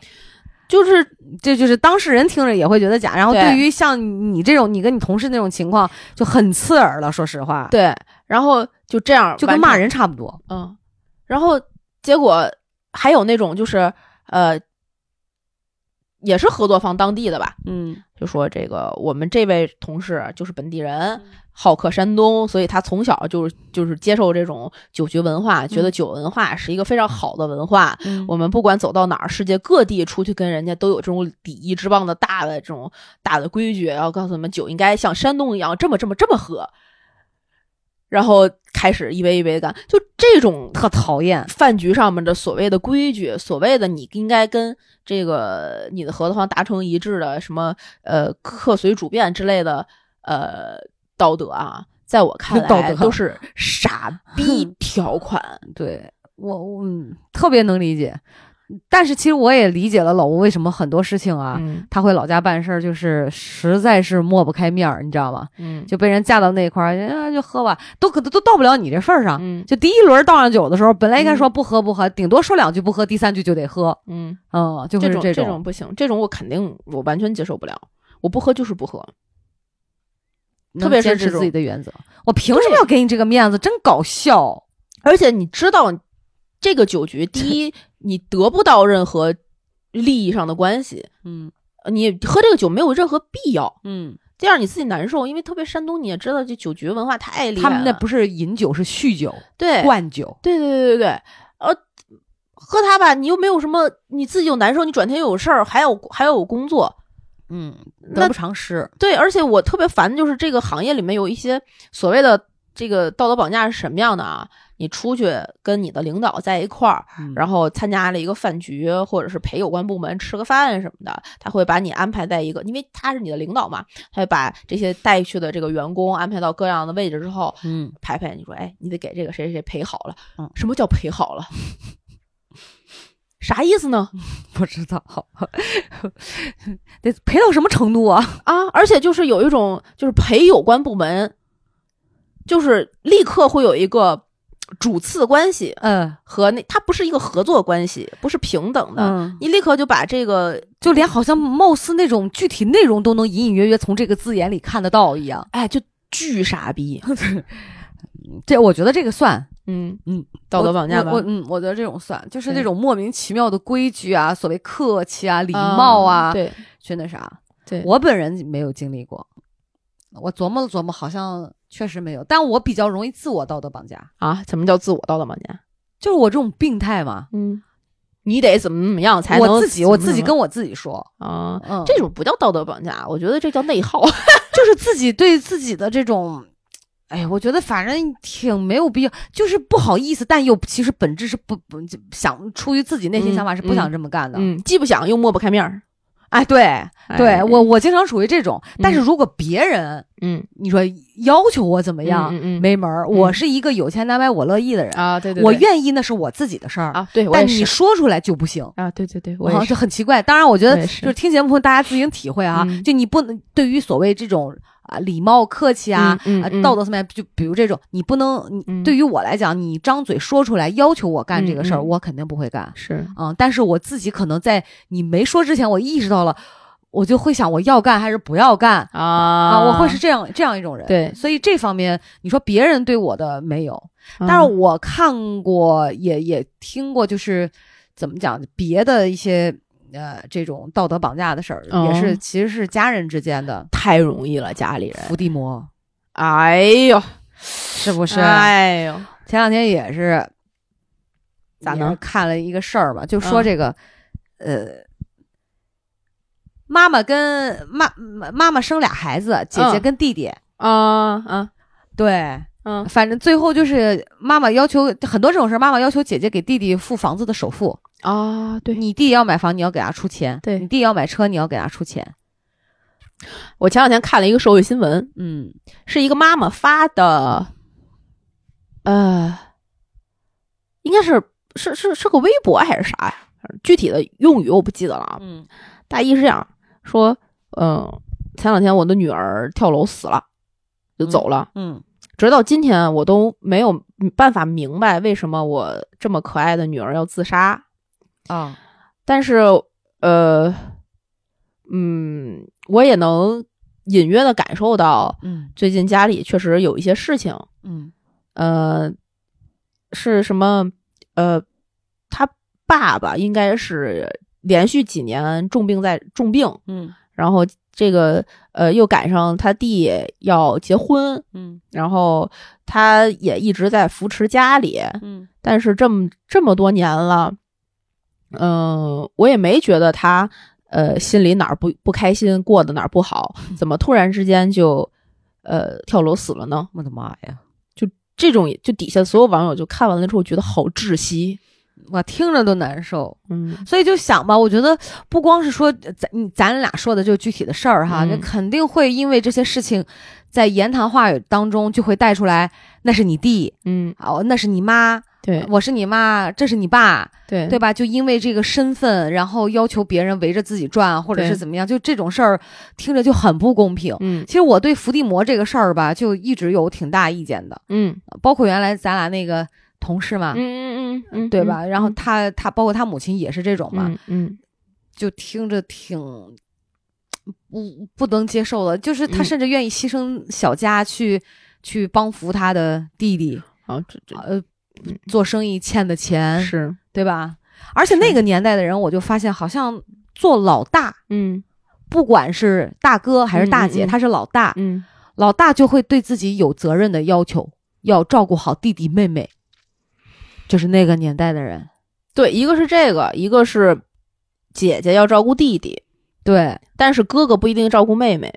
Speaker 1: 就是
Speaker 2: 这就是当事人听着也会觉得假，然后
Speaker 1: 对
Speaker 2: 对于像你这种，你跟你同事那种情况就很刺耳了。说实话，
Speaker 1: 对，然后就这样，
Speaker 2: 就跟骂，人差不多。
Speaker 1: 嗯，然后结果还有那种就是呃，也是合作方当地的吧，
Speaker 2: 嗯
Speaker 1: 就说这个我们这位同事就是本地人，好客山东，所以他从小就是就是接受这种酒局文化，觉得酒文化是一个非常好的文化。
Speaker 2: 嗯
Speaker 1: 我们不管走到哪儿，世界各地出去跟人家都有这种礼仪之邦的大的这种大的规矩，然后告诉我们酒应该像山东一样这么这么这么喝，然后开始一杯一杯地干，就这种
Speaker 2: 特讨厌。
Speaker 1: 饭局上面的所谓的规矩，所谓的你应该跟这个你的合作方达成一致的什么呃客随主便之类的呃道德啊，在我看
Speaker 2: 道德
Speaker 1: 来都是傻逼条款。
Speaker 2: 对我，我嗯特别能理解。但是其实我也理解了老吴为什么很多事情啊，
Speaker 1: 嗯
Speaker 2: 他回老家办事儿，就是实在是抹不开面儿，你知道吗？
Speaker 1: 嗯
Speaker 2: 就被人架到那块儿，啊、就喝吧，都可都到不了你这份儿上。
Speaker 1: 嗯
Speaker 2: 就第一轮倒上酒的时候，本来应该说不喝不喝，顶多说两句不喝，第三句就得喝，
Speaker 1: 嗯，
Speaker 2: 嗯，就会
Speaker 1: 这
Speaker 2: 是
Speaker 1: 种这
Speaker 2: 种
Speaker 1: 种不行，这种我肯定我完全接受不了。我不喝就是不喝，
Speaker 2: 能
Speaker 1: 特别是
Speaker 2: 坚
Speaker 1: 这
Speaker 2: 持
Speaker 1: 种
Speaker 2: 自己的原则。我凭什么要给你这个面子？真搞笑！
Speaker 1: 而且你知道这个酒局，第 一你得不到任何利益上的关系，
Speaker 2: 嗯
Speaker 1: 你喝这个酒没有任何必要。
Speaker 2: 嗯，
Speaker 1: 第二，你自己难受，因为特别山东，你也知道这酒局文化太厉害
Speaker 2: 他
Speaker 1: 了。
Speaker 2: 们那不是饮酒，是酗酒、
Speaker 1: 对
Speaker 2: 灌酒。
Speaker 1: 对对对对对，呃，喝它吧，你又没有什么，你自己又难受，你转天又有事儿，还有还有工作，
Speaker 2: 嗯，
Speaker 1: 那
Speaker 2: 得不偿失。
Speaker 1: 对，而且我特别烦，就是这个行业里面有一些所谓的这个道德绑架是什么样的啊？你出去跟你的领导在一块儿，
Speaker 2: 嗯
Speaker 1: 然后参加了一个饭局，或者是陪有关部门吃个饭什么的，他会把你安排在一个，因为他是你的领导嘛，他会把这些带去的这个员工安排到各样的位置之后，
Speaker 2: 嗯，
Speaker 1: 排排，你说，哎，你得给这个谁谁谁陪好了。
Speaker 2: 嗯
Speaker 1: 什么叫陪好了？ 啥意思呢？
Speaker 2: 不知道， 得赔到什么程度啊？
Speaker 1: 啊，而且就是有一种，就是陪有关部门，就是立刻会有一个主次关系
Speaker 2: 嗯
Speaker 1: 和那，它不是一个合作关系，不是平等的。
Speaker 2: 嗯，
Speaker 1: 你立刻就把这个，
Speaker 2: 就连好像貌似那种具体内容都能隐隐约约从这个字眼里看得到一样。
Speaker 1: 哎，就巨傻 逼，
Speaker 2: 这我觉得这个算
Speaker 1: 嗯
Speaker 2: 嗯，
Speaker 1: 道德绑架吧
Speaker 2: 我我。嗯，我觉得这种算，就是
Speaker 1: 对
Speaker 2: 那种莫名其妙的规矩啊，所谓客气啊、礼貌啊，
Speaker 1: 对
Speaker 2: 真的啥？
Speaker 1: 对，
Speaker 2: 我本人没有经历过，我琢磨了琢磨，好像确实没有。但我比较容易自我道德绑架，
Speaker 1: 啊，什么叫自我道德绑架？
Speaker 2: 就是我这种病态嘛，
Speaker 1: 嗯，你得怎么怎么样才能
Speaker 2: 我自己
Speaker 1: 怎么
Speaker 2: 我
Speaker 1: 怎
Speaker 2: 自己
Speaker 1: 么
Speaker 2: 跟我自己说，
Speaker 1: 啊，
Speaker 2: 嗯，
Speaker 1: 这种不叫道德绑架，我觉得这叫内 耗。
Speaker 2: 就是自己对自己的这种。哎，我觉得反正挺没有必要，就是不好意思，但又其实本质是不不就想出于自己内心
Speaker 1: 嗯
Speaker 2: 想法是不
Speaker 1: 嗯
Speaker 2: 想这么干的。
Speaker 1: 嗯，既不想又抹不开面儿。
Speaker 2: 哎，对，对
Speaker 1: 哎
Speaker 2: 我，我经常属于这种。但是
Speaker 1: 嗯
Speaker 2: 如果别人
Speaker 1: 嗯，
Speaker 2: 你说要求我怎么
Speaker 1: 怎
Speaker 2: 样，
Speaker 1: 嗯，嗯
Speaker 2: 没门儿。我是一个有钱难买我乐意的人，
Speaker 1: 啊，对对，
Speaker 2: 我
Speaker 1: 对
Speaker 2: 愿意那是我自己的事儿，
Speaker 1: 啊，对，我
Speaker 2: 但
Speaker 1: 也
Speaker 2: 你
Speaker 1: 是
Speaker 2: 说出来就不行。
Speaker 1: 啊，对对对，我
Speaker 2: 好像
Speaker 1: 也是
Speaker 2: 是很奇怪，当然，我觉
Speaker 1: 我
Speaker 2: 得
Speaker 1: 也是
Speaker 2: 就是听节目的朋友大家自行体会啊。
Speaker 1: 嗯
Speaker 2: 就你不能对于所谓这种啊礼貌、客气啊、
Speaker 1: 嗯
Speaker 2: 啊
Speaker 1: 嗯
Speaker 2: 道德层面，就比如这种，你不能，你
Speaker 1: 嗯
Speaker 2: 对于我来讲，你张嘴说出来要求我干这个事儿，
Speaker 1: 嗯嗯
Speaker 2: 我肯定不会干。
Speaker 1: 是
Speaker 2: 嗯，但是我自己可能在你没说之前，我意识到了，我就会想我要干还是不要干
Speaker 1: 啊
Speaker 2: 啊
Speaker 1: 啊
Speaker 2: 我会是这样这样一种人。
Speaker 1: 对
Speaker 2: 所以这方面你说别人对我的没有，
Speaker 1: 嗯
Speaker 2: 但是我看过也也听过，就是怎么讲别的一些。呃，这种道德绑架的事儿、
Speaker 1: 哦
Speaker 2: 也是，其实是家人之间的
Speaker 1: 太容易了，家里人，
Speaker 2: 伏地魔，
Speaker 1: 哎呦，
Speaker 2: 是不是？
Speaker 1: 哎呦，
Speaker 2: 前两天也是，
Speaker 1: 咋
Speaker 2: 也
Speaker 1: 呢
Speaker 2: 是看了一个事儿嘛，就说
Speaker 1: 嗯
Speaker 2: 这个，呃，妈妈跟妈妈妈妈生俩孩子，姐姐
Speaker 1: 嗯
Speaker 2: 跟弟弟，
Speaker 1: 啊啊
Speaker 2: 对，
Speaker 1: 嗯
Speaker 2: 反正最后就是妈妈要求很多这种事儿，妈妈要求姐姐给弟弟付房子的首付，
Speaker 1: 啊，对
Speaker 2: 你弟弟要买房，你要给他出钱，
Speaker 1: 对
Speaker 2: 你弟要买车，你要给他出钱，
Speaker 1: 我前两天看了一个社会新闻，
Speaker 2: 嗯
Speaker 1: 是一个妈妈发的，呃，应该是是是是个微博还是啥呀？具体的用语我不记得了啊，
Speaker 2: 嗯
Speaker 1: 大意是这样说，嗯，前两天我的女儿跳楼死了，就走了。
Speaker 2: 嗯
Speaker 1: 直到今天，我都没有办法明白为什么我这么可爱的女儿要自杀。
Speaker 2: 啊
Speaker 1: 但是，呃，嗯，我也能隐约的感受到，
Speaker 2: 嗯
Speaker 1: 最近家里确实有一些事情，
Speaker 2: 嗯
Speaker 1: 呃，是什么？呃，他爸爸应该是连续几年重病在重病，
Speaker 2: 嗯
Speaker 1: 然后这个呃又赶上他弟要结婚，
Speaker 2: 嗯
Speaker 1: 然后他也一直在扶持家里，
Speaker 2: 嗯
Speaker 1: 但是这么这么多年了，嗯、我也没觉得他呃心里哪儿不不开心，过得哪儿不好，怎么突然之间就呃跳楼死了呢？
Speaker 2: 我的妈呀！
Speaker 1: 这种就底下所有网友就看完了之后觉得好窒息，
Speaker 2: 我听着都难受，
Speaker 1: 嗯
Speaker 2: 所以就想吧，我觉得不光是说呃咱你咱俩说的就是具体的事儿哈，
Speaker 1: 嗯
Speaker 2: 那、肯定会因为这些事情，在言谈话语当中就会带出来，那是你弟
Speaker 1: 嗯，
Speaker 2: 哦，那是你妈，
Speaker 1: 对
Speaker 2: 我是你妈，这是你爸，
Speaker 1: 对
Speaker 2: 对吧？就因为这个身份，然后要求别人围着自己转，或者
Speaker 1: 对
Speaker 2: 是怎么样，就这种事儿听着就很不公平。
Speaker 1: 嗯
Speaker 2: 其实我对伏地魔这个事儿吧，就一直有挺大意见的，
Speaker 1: 嗯
Speaker 2: 包括原来咱俩那个同事嘛，
Speaker 1: 嗯嗯嗯
Speaker 2: 对吧？然后他他包括他母亲也是这种嘛，
Speaker 1: 嗯嗯
Speaker 2: 就听着挺不不能接受的，就是他
Speaker 1: 嗯
Speaker 2: 甚至愿意牺牲小家去、去帮扶他的弟弟，
Speaker 1: 好哦这这
Speaker 2: 呃，做生意欠的钱，
Speaker 1: 嗯是
Speaker 2: 对吧？而且那个年代的人，我就发现好像做老大，
Speaker 1: 嗯
Speaker 2: 不管是大哥还是大姐，
Speaker 1: 嗯嗯嗯
Speaker 2: 他是老大，
Speaker 1: 嗯
Speaker 2: 老大就会对自己有责任的要求，要照顾好弟弟妹妹，就是那个年代的人，
Speaker 1: 对，一个是这个，一个是姐姐要照顾弟弟，
Speaker 2: 对
Speaker 1: 但是哥哥不一定照顾妹妹。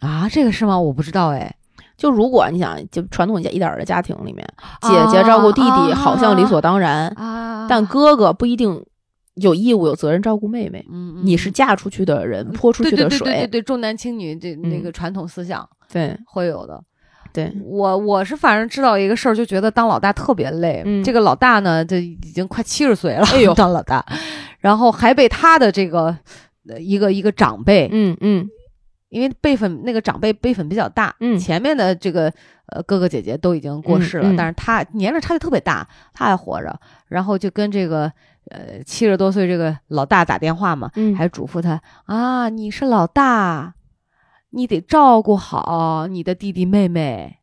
Speaker 2: 啊，这个是吗？我不知道哎，
Speaker 1: 就如果你想，就传统一点的家庭里面，姐姐照顾弟弟
Speaker 2: 啊
Speaker 1: 好像理所当然，
Speaker 2: 啊，
Speaker 1: 但哥哥不一定有义务有责任照顾妹妹。
Speaker 2: 嗯，嗯
Speaker 1: 你是嫁出去的人，泼出去的
Speaker 2: 对对对对对
Speaker 1: 水，
Speaker 2: 对，重男轻女这那
Speaker 1: 嗯
Speaker 2: 个传统思想
Speaker 1: 对
Speaker 2: 会有的。
Speaker 1: 对
Speaker 2: 我我是反正知道一个事儿，就觉得当老大特别累。
Speaker 1: 嗯
Speaker 2: 这个老大呢，这已经快七十岁了，
Speaker 1: 哎呦
Speaker 2: 当老大，然后还被他的这个呃一个一个长辈
Speaker 1: 嗯嗯
Speaker 2: 因为辈分那个长辈辈分比较大，
Speaker 1: 嗯
Speaker 2: 前面的这个呃哥哥姐姐都已经过世了，
Speaker 1: 嗯嗯
Speaker 2: 但是他年龄差距特别大，他还活着，然后就跟这个呃七十多岁这个老大打电话嘛，
Speaker 1: 嗯
Speaker 2: 还嘱咐他啊，你是老大，你得照顾好你的弟弟妹妹，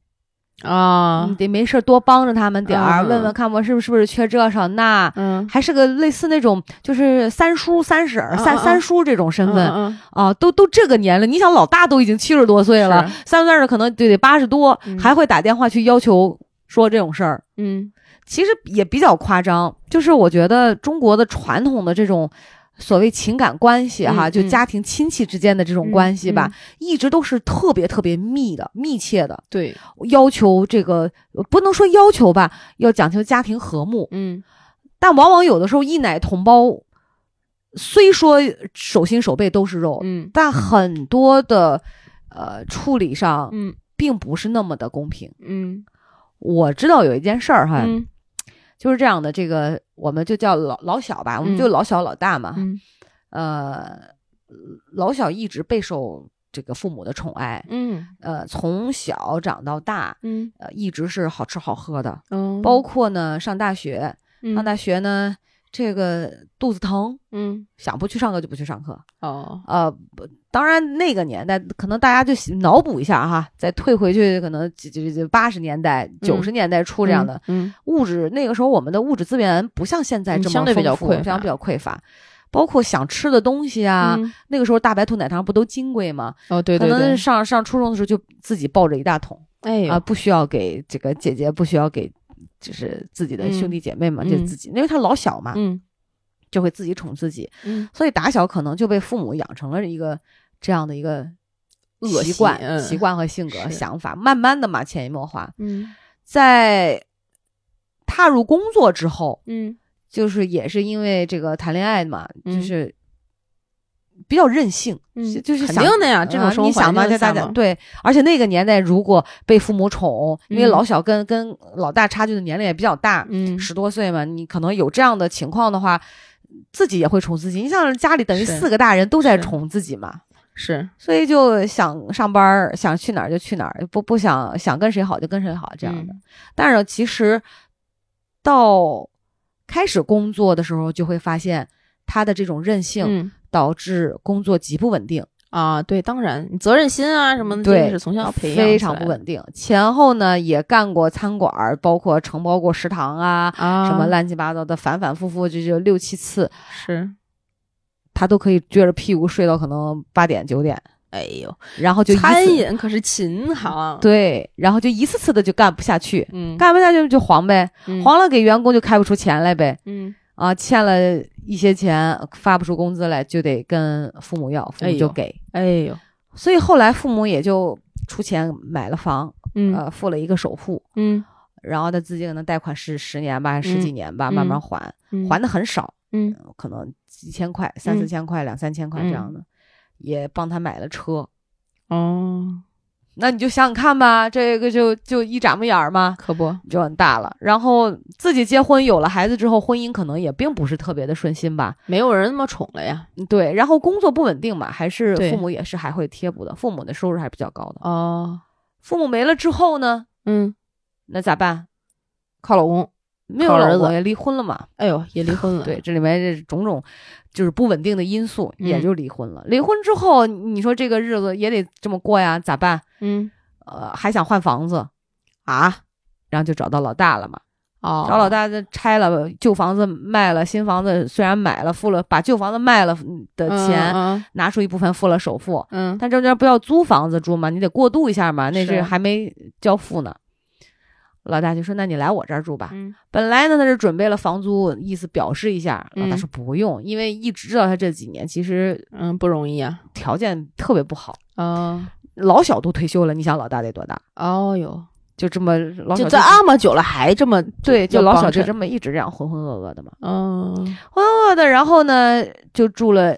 Speaker 1: 啊
Speaker 2: 你，得没事儿多帮着他们点儿，
Speaker 1: 嗯
Speaker 2: 问问看我是不是是不是缺这少那。
Speaker 1: 嗯，
Speaker 2: 还是个类似那种，就是三叔、三婶儿、
Speaker 1: 嗯
Speaker 2: 三、
Speaker 1: 嗯嗯
Speaker 2: 三叔这种身份，
Speaker 1: 嗯嗯
Speaker 2: 啊，都都这个年龄，你想老大都已经七十多岁了，三十二可能就得八十多，
Speaker 1: 嗯
Speaker 2: 还会打电话去要求说这种事儿，
Speaker 1: 嗯
Speaker 2: 其实也比较夸张。就是我觉得中国的传统的这种所谓情感关系哈，
Speaker 1: 嗯
Speaker 2: 就
Speaker 1: 嗯
Speaker 2: 家庭亲戚之间的这种关系吧，
Speaker 1: 嗯嗯
Speaker 2: 一直都是特别特别密的、密切的，
Speaker 1: 对，
Speaker 2: 要求这个呃不能说要求吧，要讲究家庭和睦，
Speaker 1: 嗯
Speaker 2: 但往往有的时候一奶同胞。虽说手心手背都是肉，
Speaker 1: 嗯
Speaker 2: 但很多的呃处理上
Speaker 1: 嗯
Speaker 2: 并不是那么的公平。
Speaker 1: 嗯
Speaker 2: 我知道有一件事儿哈，
Speaker 1: 嗯
Speaker 2: 就是这样的，这个我们就叫老老小吧，我们就老小老大嘛。
Speaker 1: 嗯
Speaker 2: 呃，老小一直备受这个父母的宠爱，
Speaker 1: 嗯
Speaker 2: 呃，从小长到大，
Speaker 1: 嗯
Speaker 2: 呃，一直是好吃好喝的，
Speaker 1: 嗯，
Speaker 2: 包括呢上大学，上
Speaker 1: 大
Speaker 2: 大学呢这个肚子疼，
Speaker 1: 嗯
Speaker 2: 想不去上课就不去上课，
Speaker 1: 哦
Speaker 2: 呃，不当然那个年代可能大家就喜脑补一下哈，再退回去可能几几几八十年代、九十年代初这样的、
Speaker 1: 嗯
Speaker 2: 物质，那个时候我们的物质资源不像现在
Speaker 1: 嗯
Speaker 2: 这么
Speaker 1: 相对比较
Speaker 2: 丰富
Speaker 1: 匮乏
Speaker 2: 相对比较匮乏。包括想吃的东西啊，
Speaker 1: 嗯
Speaker 2: 那个时候大白兔奶糖不都金贵吗？
Speaker 1: 哦对对
Speaker 2: 可
Speaker 1: 对
Speaker 2: 能，上上初中的时候就自己抱着一大桶
Speaker 1: 哎
Speaker 2: 啊，
Speaker 1: 呦
Speaker 2: 不需要给这个姐姐，不需要给就是自己的兄弟姐妹嘛，
Speaker 1: 嗯
Speaker 2: 就自己，因为他老小嘛，
Speaker 1: 嗯
Speaker 2: 就会自己宠自己。
Speaker 1: 嗯
Speaker 2: 所以打小可能就被父母养成了一个这样的一个
Speaker 1: 恶
Speaker 2: 习
Speaker 1: 习
Speaker 2: 惯、
Speaker 1: 嗯
Speaker 2: 习惯和性格、
Speaker 1: 是
Speaker 2: 想法，慢慢的嘛，潜移默化，
Speaker 1: 嗯
Speaker 2: 在踏入工作之后，
Speaker 1: 嗯
Speaker 2: 就是也是因为这个谈恋爱嘛，
Speaker 1: 嗯
Speaker 2: 就是。比较任性，
Speaker 1: 嗯
Speaker 2: 就就是
Speaker 1: 肯
Speaker 2: 想
Speaker 1: 定的呀
Speaker 2: 啊
Speaker 1: 这种生活
Speaker 2: 你想嘛，
Speaker 1: 环
Speaker 2: 就
Speaker 1: 境
Speaker 2: 大
Speaker 1: 下
Speaker 2: 家
Speaker 1: 嘛
Speaker 2: 对，而且那个年代如果被父母宠，因为
Speaker 1: 嗯
Speaker 2: 老小跟跟老大差距的年龄也比较大，
Speaker 1: 嗯
Speaker 2: 十多岁嘛，你可能有这样的情况的话，自己也会宠自己。你像家里等于
Speaker 1: 是
Speaker 2: 四个大人都在
Speaker 1: 是
Speaker 2: 宠自己嘛，
Speaker 1: 是
Speaker 2: 所以就想上班儿，想去哪儿就去哪儿，不不想想跟谁好就跟谁好这样的。但是其实到开始工作的时候，就会发现他的这种任性
Speaker 1: 嗯
Speaker 2: 导致工作极不稳定，
Speaker 1: 啊对，当然你责任心啊什么的，这
Speaker 2: 嗯对
Speaker 1: 个是从小要培养，
Speaker 2: 非常不稳定。前后呢也干过餐馆儿，包括承包过食堂啊，
Speaker 1: 啊，
Speaker 2: 什么乱七八糟的，反反复复就就六七次。
Speaker 1: 是。
Speaker 2: 他都可以撅着屁股睡到可能八点九点，
Speaker 1: 哎呦，
Speaker 2: 然后就一
Speaker 1: 餐
Speaker 2: 次
Speaker 1: 饮可是琴行，，啊
Speaker 2: 对，然后就一次次的就干不下去，
Speaker 1: 嗯，
Speaker 2: 干不下去就黄呗，
Speaker 1: 嗯，
Speaker 2: 黄了给员工就开不出钱来呗，
Speaker 1: 嗯，
Speaker 2: 啊，欠了一些钱发不出工资来，就得跟父母要，父
Speaker 1: 哎
Speaker 2: 母
Speaker 1: 呦
Speaker 2: 就给，
Speaker 1: 哎呦，
Speaker 2: 所以后来父母也就出钱买了房，
Speaker 1: 嗯
Speaker 2: 呃，付了一个首付。
Speaker 1: 嗯，
Speaker 2: 然后他自己可能贷款是十年吧，还是十几年吧，
Speaker 1: 嗯
Speaker 2: 慢慢还，
Speaker 1: 嗯
Speaker 2: 还的很少，
Speaker 1: 嗯
Speaker 2: 可能几千块、三四千块、两三千块这样的，也帮他买了车，
Speaker 1: 哦，
Speaker 2: 那你就想想看吧，这个就就一眨巴眼儿嘛，
Speaker 1: 可不，
Speaker 2: 就很大了。然后自己结婚有了孩子之后，婚姻可能也并不是特别的顺心吧，
Speaker 1: 没有人那么宠了呀。
Speaker 2: 嗯对。然后工作不稳定嘛，还是
Speaker 1: 对
Speaker 2: 父母也是还会贴补的，父母的收入还是比较高的。
Speaker 1: 哦，
Speaker 2: 父母没了之后呢，
Speaker 1: 嗯，
Speaker 2: 那咋办？
Speaker 1: 靠老公，
Speaker 2: 没有
Speaker 1: 靠
Speaker 2: 老
Speaker 1: 儿
Speaker 2: 婆
Speaker 1: 子
Speaker 2: 也离婚了嘛，
Speaker 1: 哎呦，也离婚 了。
Speaker 2: 对，，这里面这种种就是不稳定的因素，
Speaker 1: 嗯
Speaker 2: 也就离婚了。离婚之后，你说这个日子也得这么过呀，咋办？
Speaker 1: 嗯
Speaker 2: 呃，还想换房子，
Speaker 1: 啊，
Speaker 2: 然后就找到老大了嘛。
Speaker 1: 哦，
Speaker 2: 找老大就拆了旧房子卖了，新房子虽然买了付了，把旧房子卖了嗯的钱、
Speaker 1: 嗯
Speaker 2: 拿出一部分付了首付，
Speaker 1: 嗯
Speaker 2: 但中间不要租房子住嘛，你得过渡一下嘛，那是
Speaker 1: 是
Speaker 2: 还没交付呢。老大就说：“那你来我这儿住吧。
Speaker 1: 嗯
Speaker 2: 本来呢，他是准备了房租，意思表示一下。老大
Speaker 1: 嗯
Speaker 2: 说不用，因为一直知道他这几年其实
Speaker 1: 嗯，不容易啊。
Speaker 2: 条件特别不好，
Speaker 1: 啊，
Speaker 2: 老小都退休了，你想老大得多大？
Speaker 1: 哦哟，
Speaker 2: 就这么老小
Speaker 1: 就这么久了还这么
Speaker 2: 对，就
Speaker 1: 要
Speaker 2: 老
Speaker 1: 帮
Speaker 2: 小就
Speaker 1: 衬
Speaker 2: 这么一直这样浑浑噩噩的嘛。
Speaker 1: 嗯，
Speaker 2: 浑噩的，然后呢就住了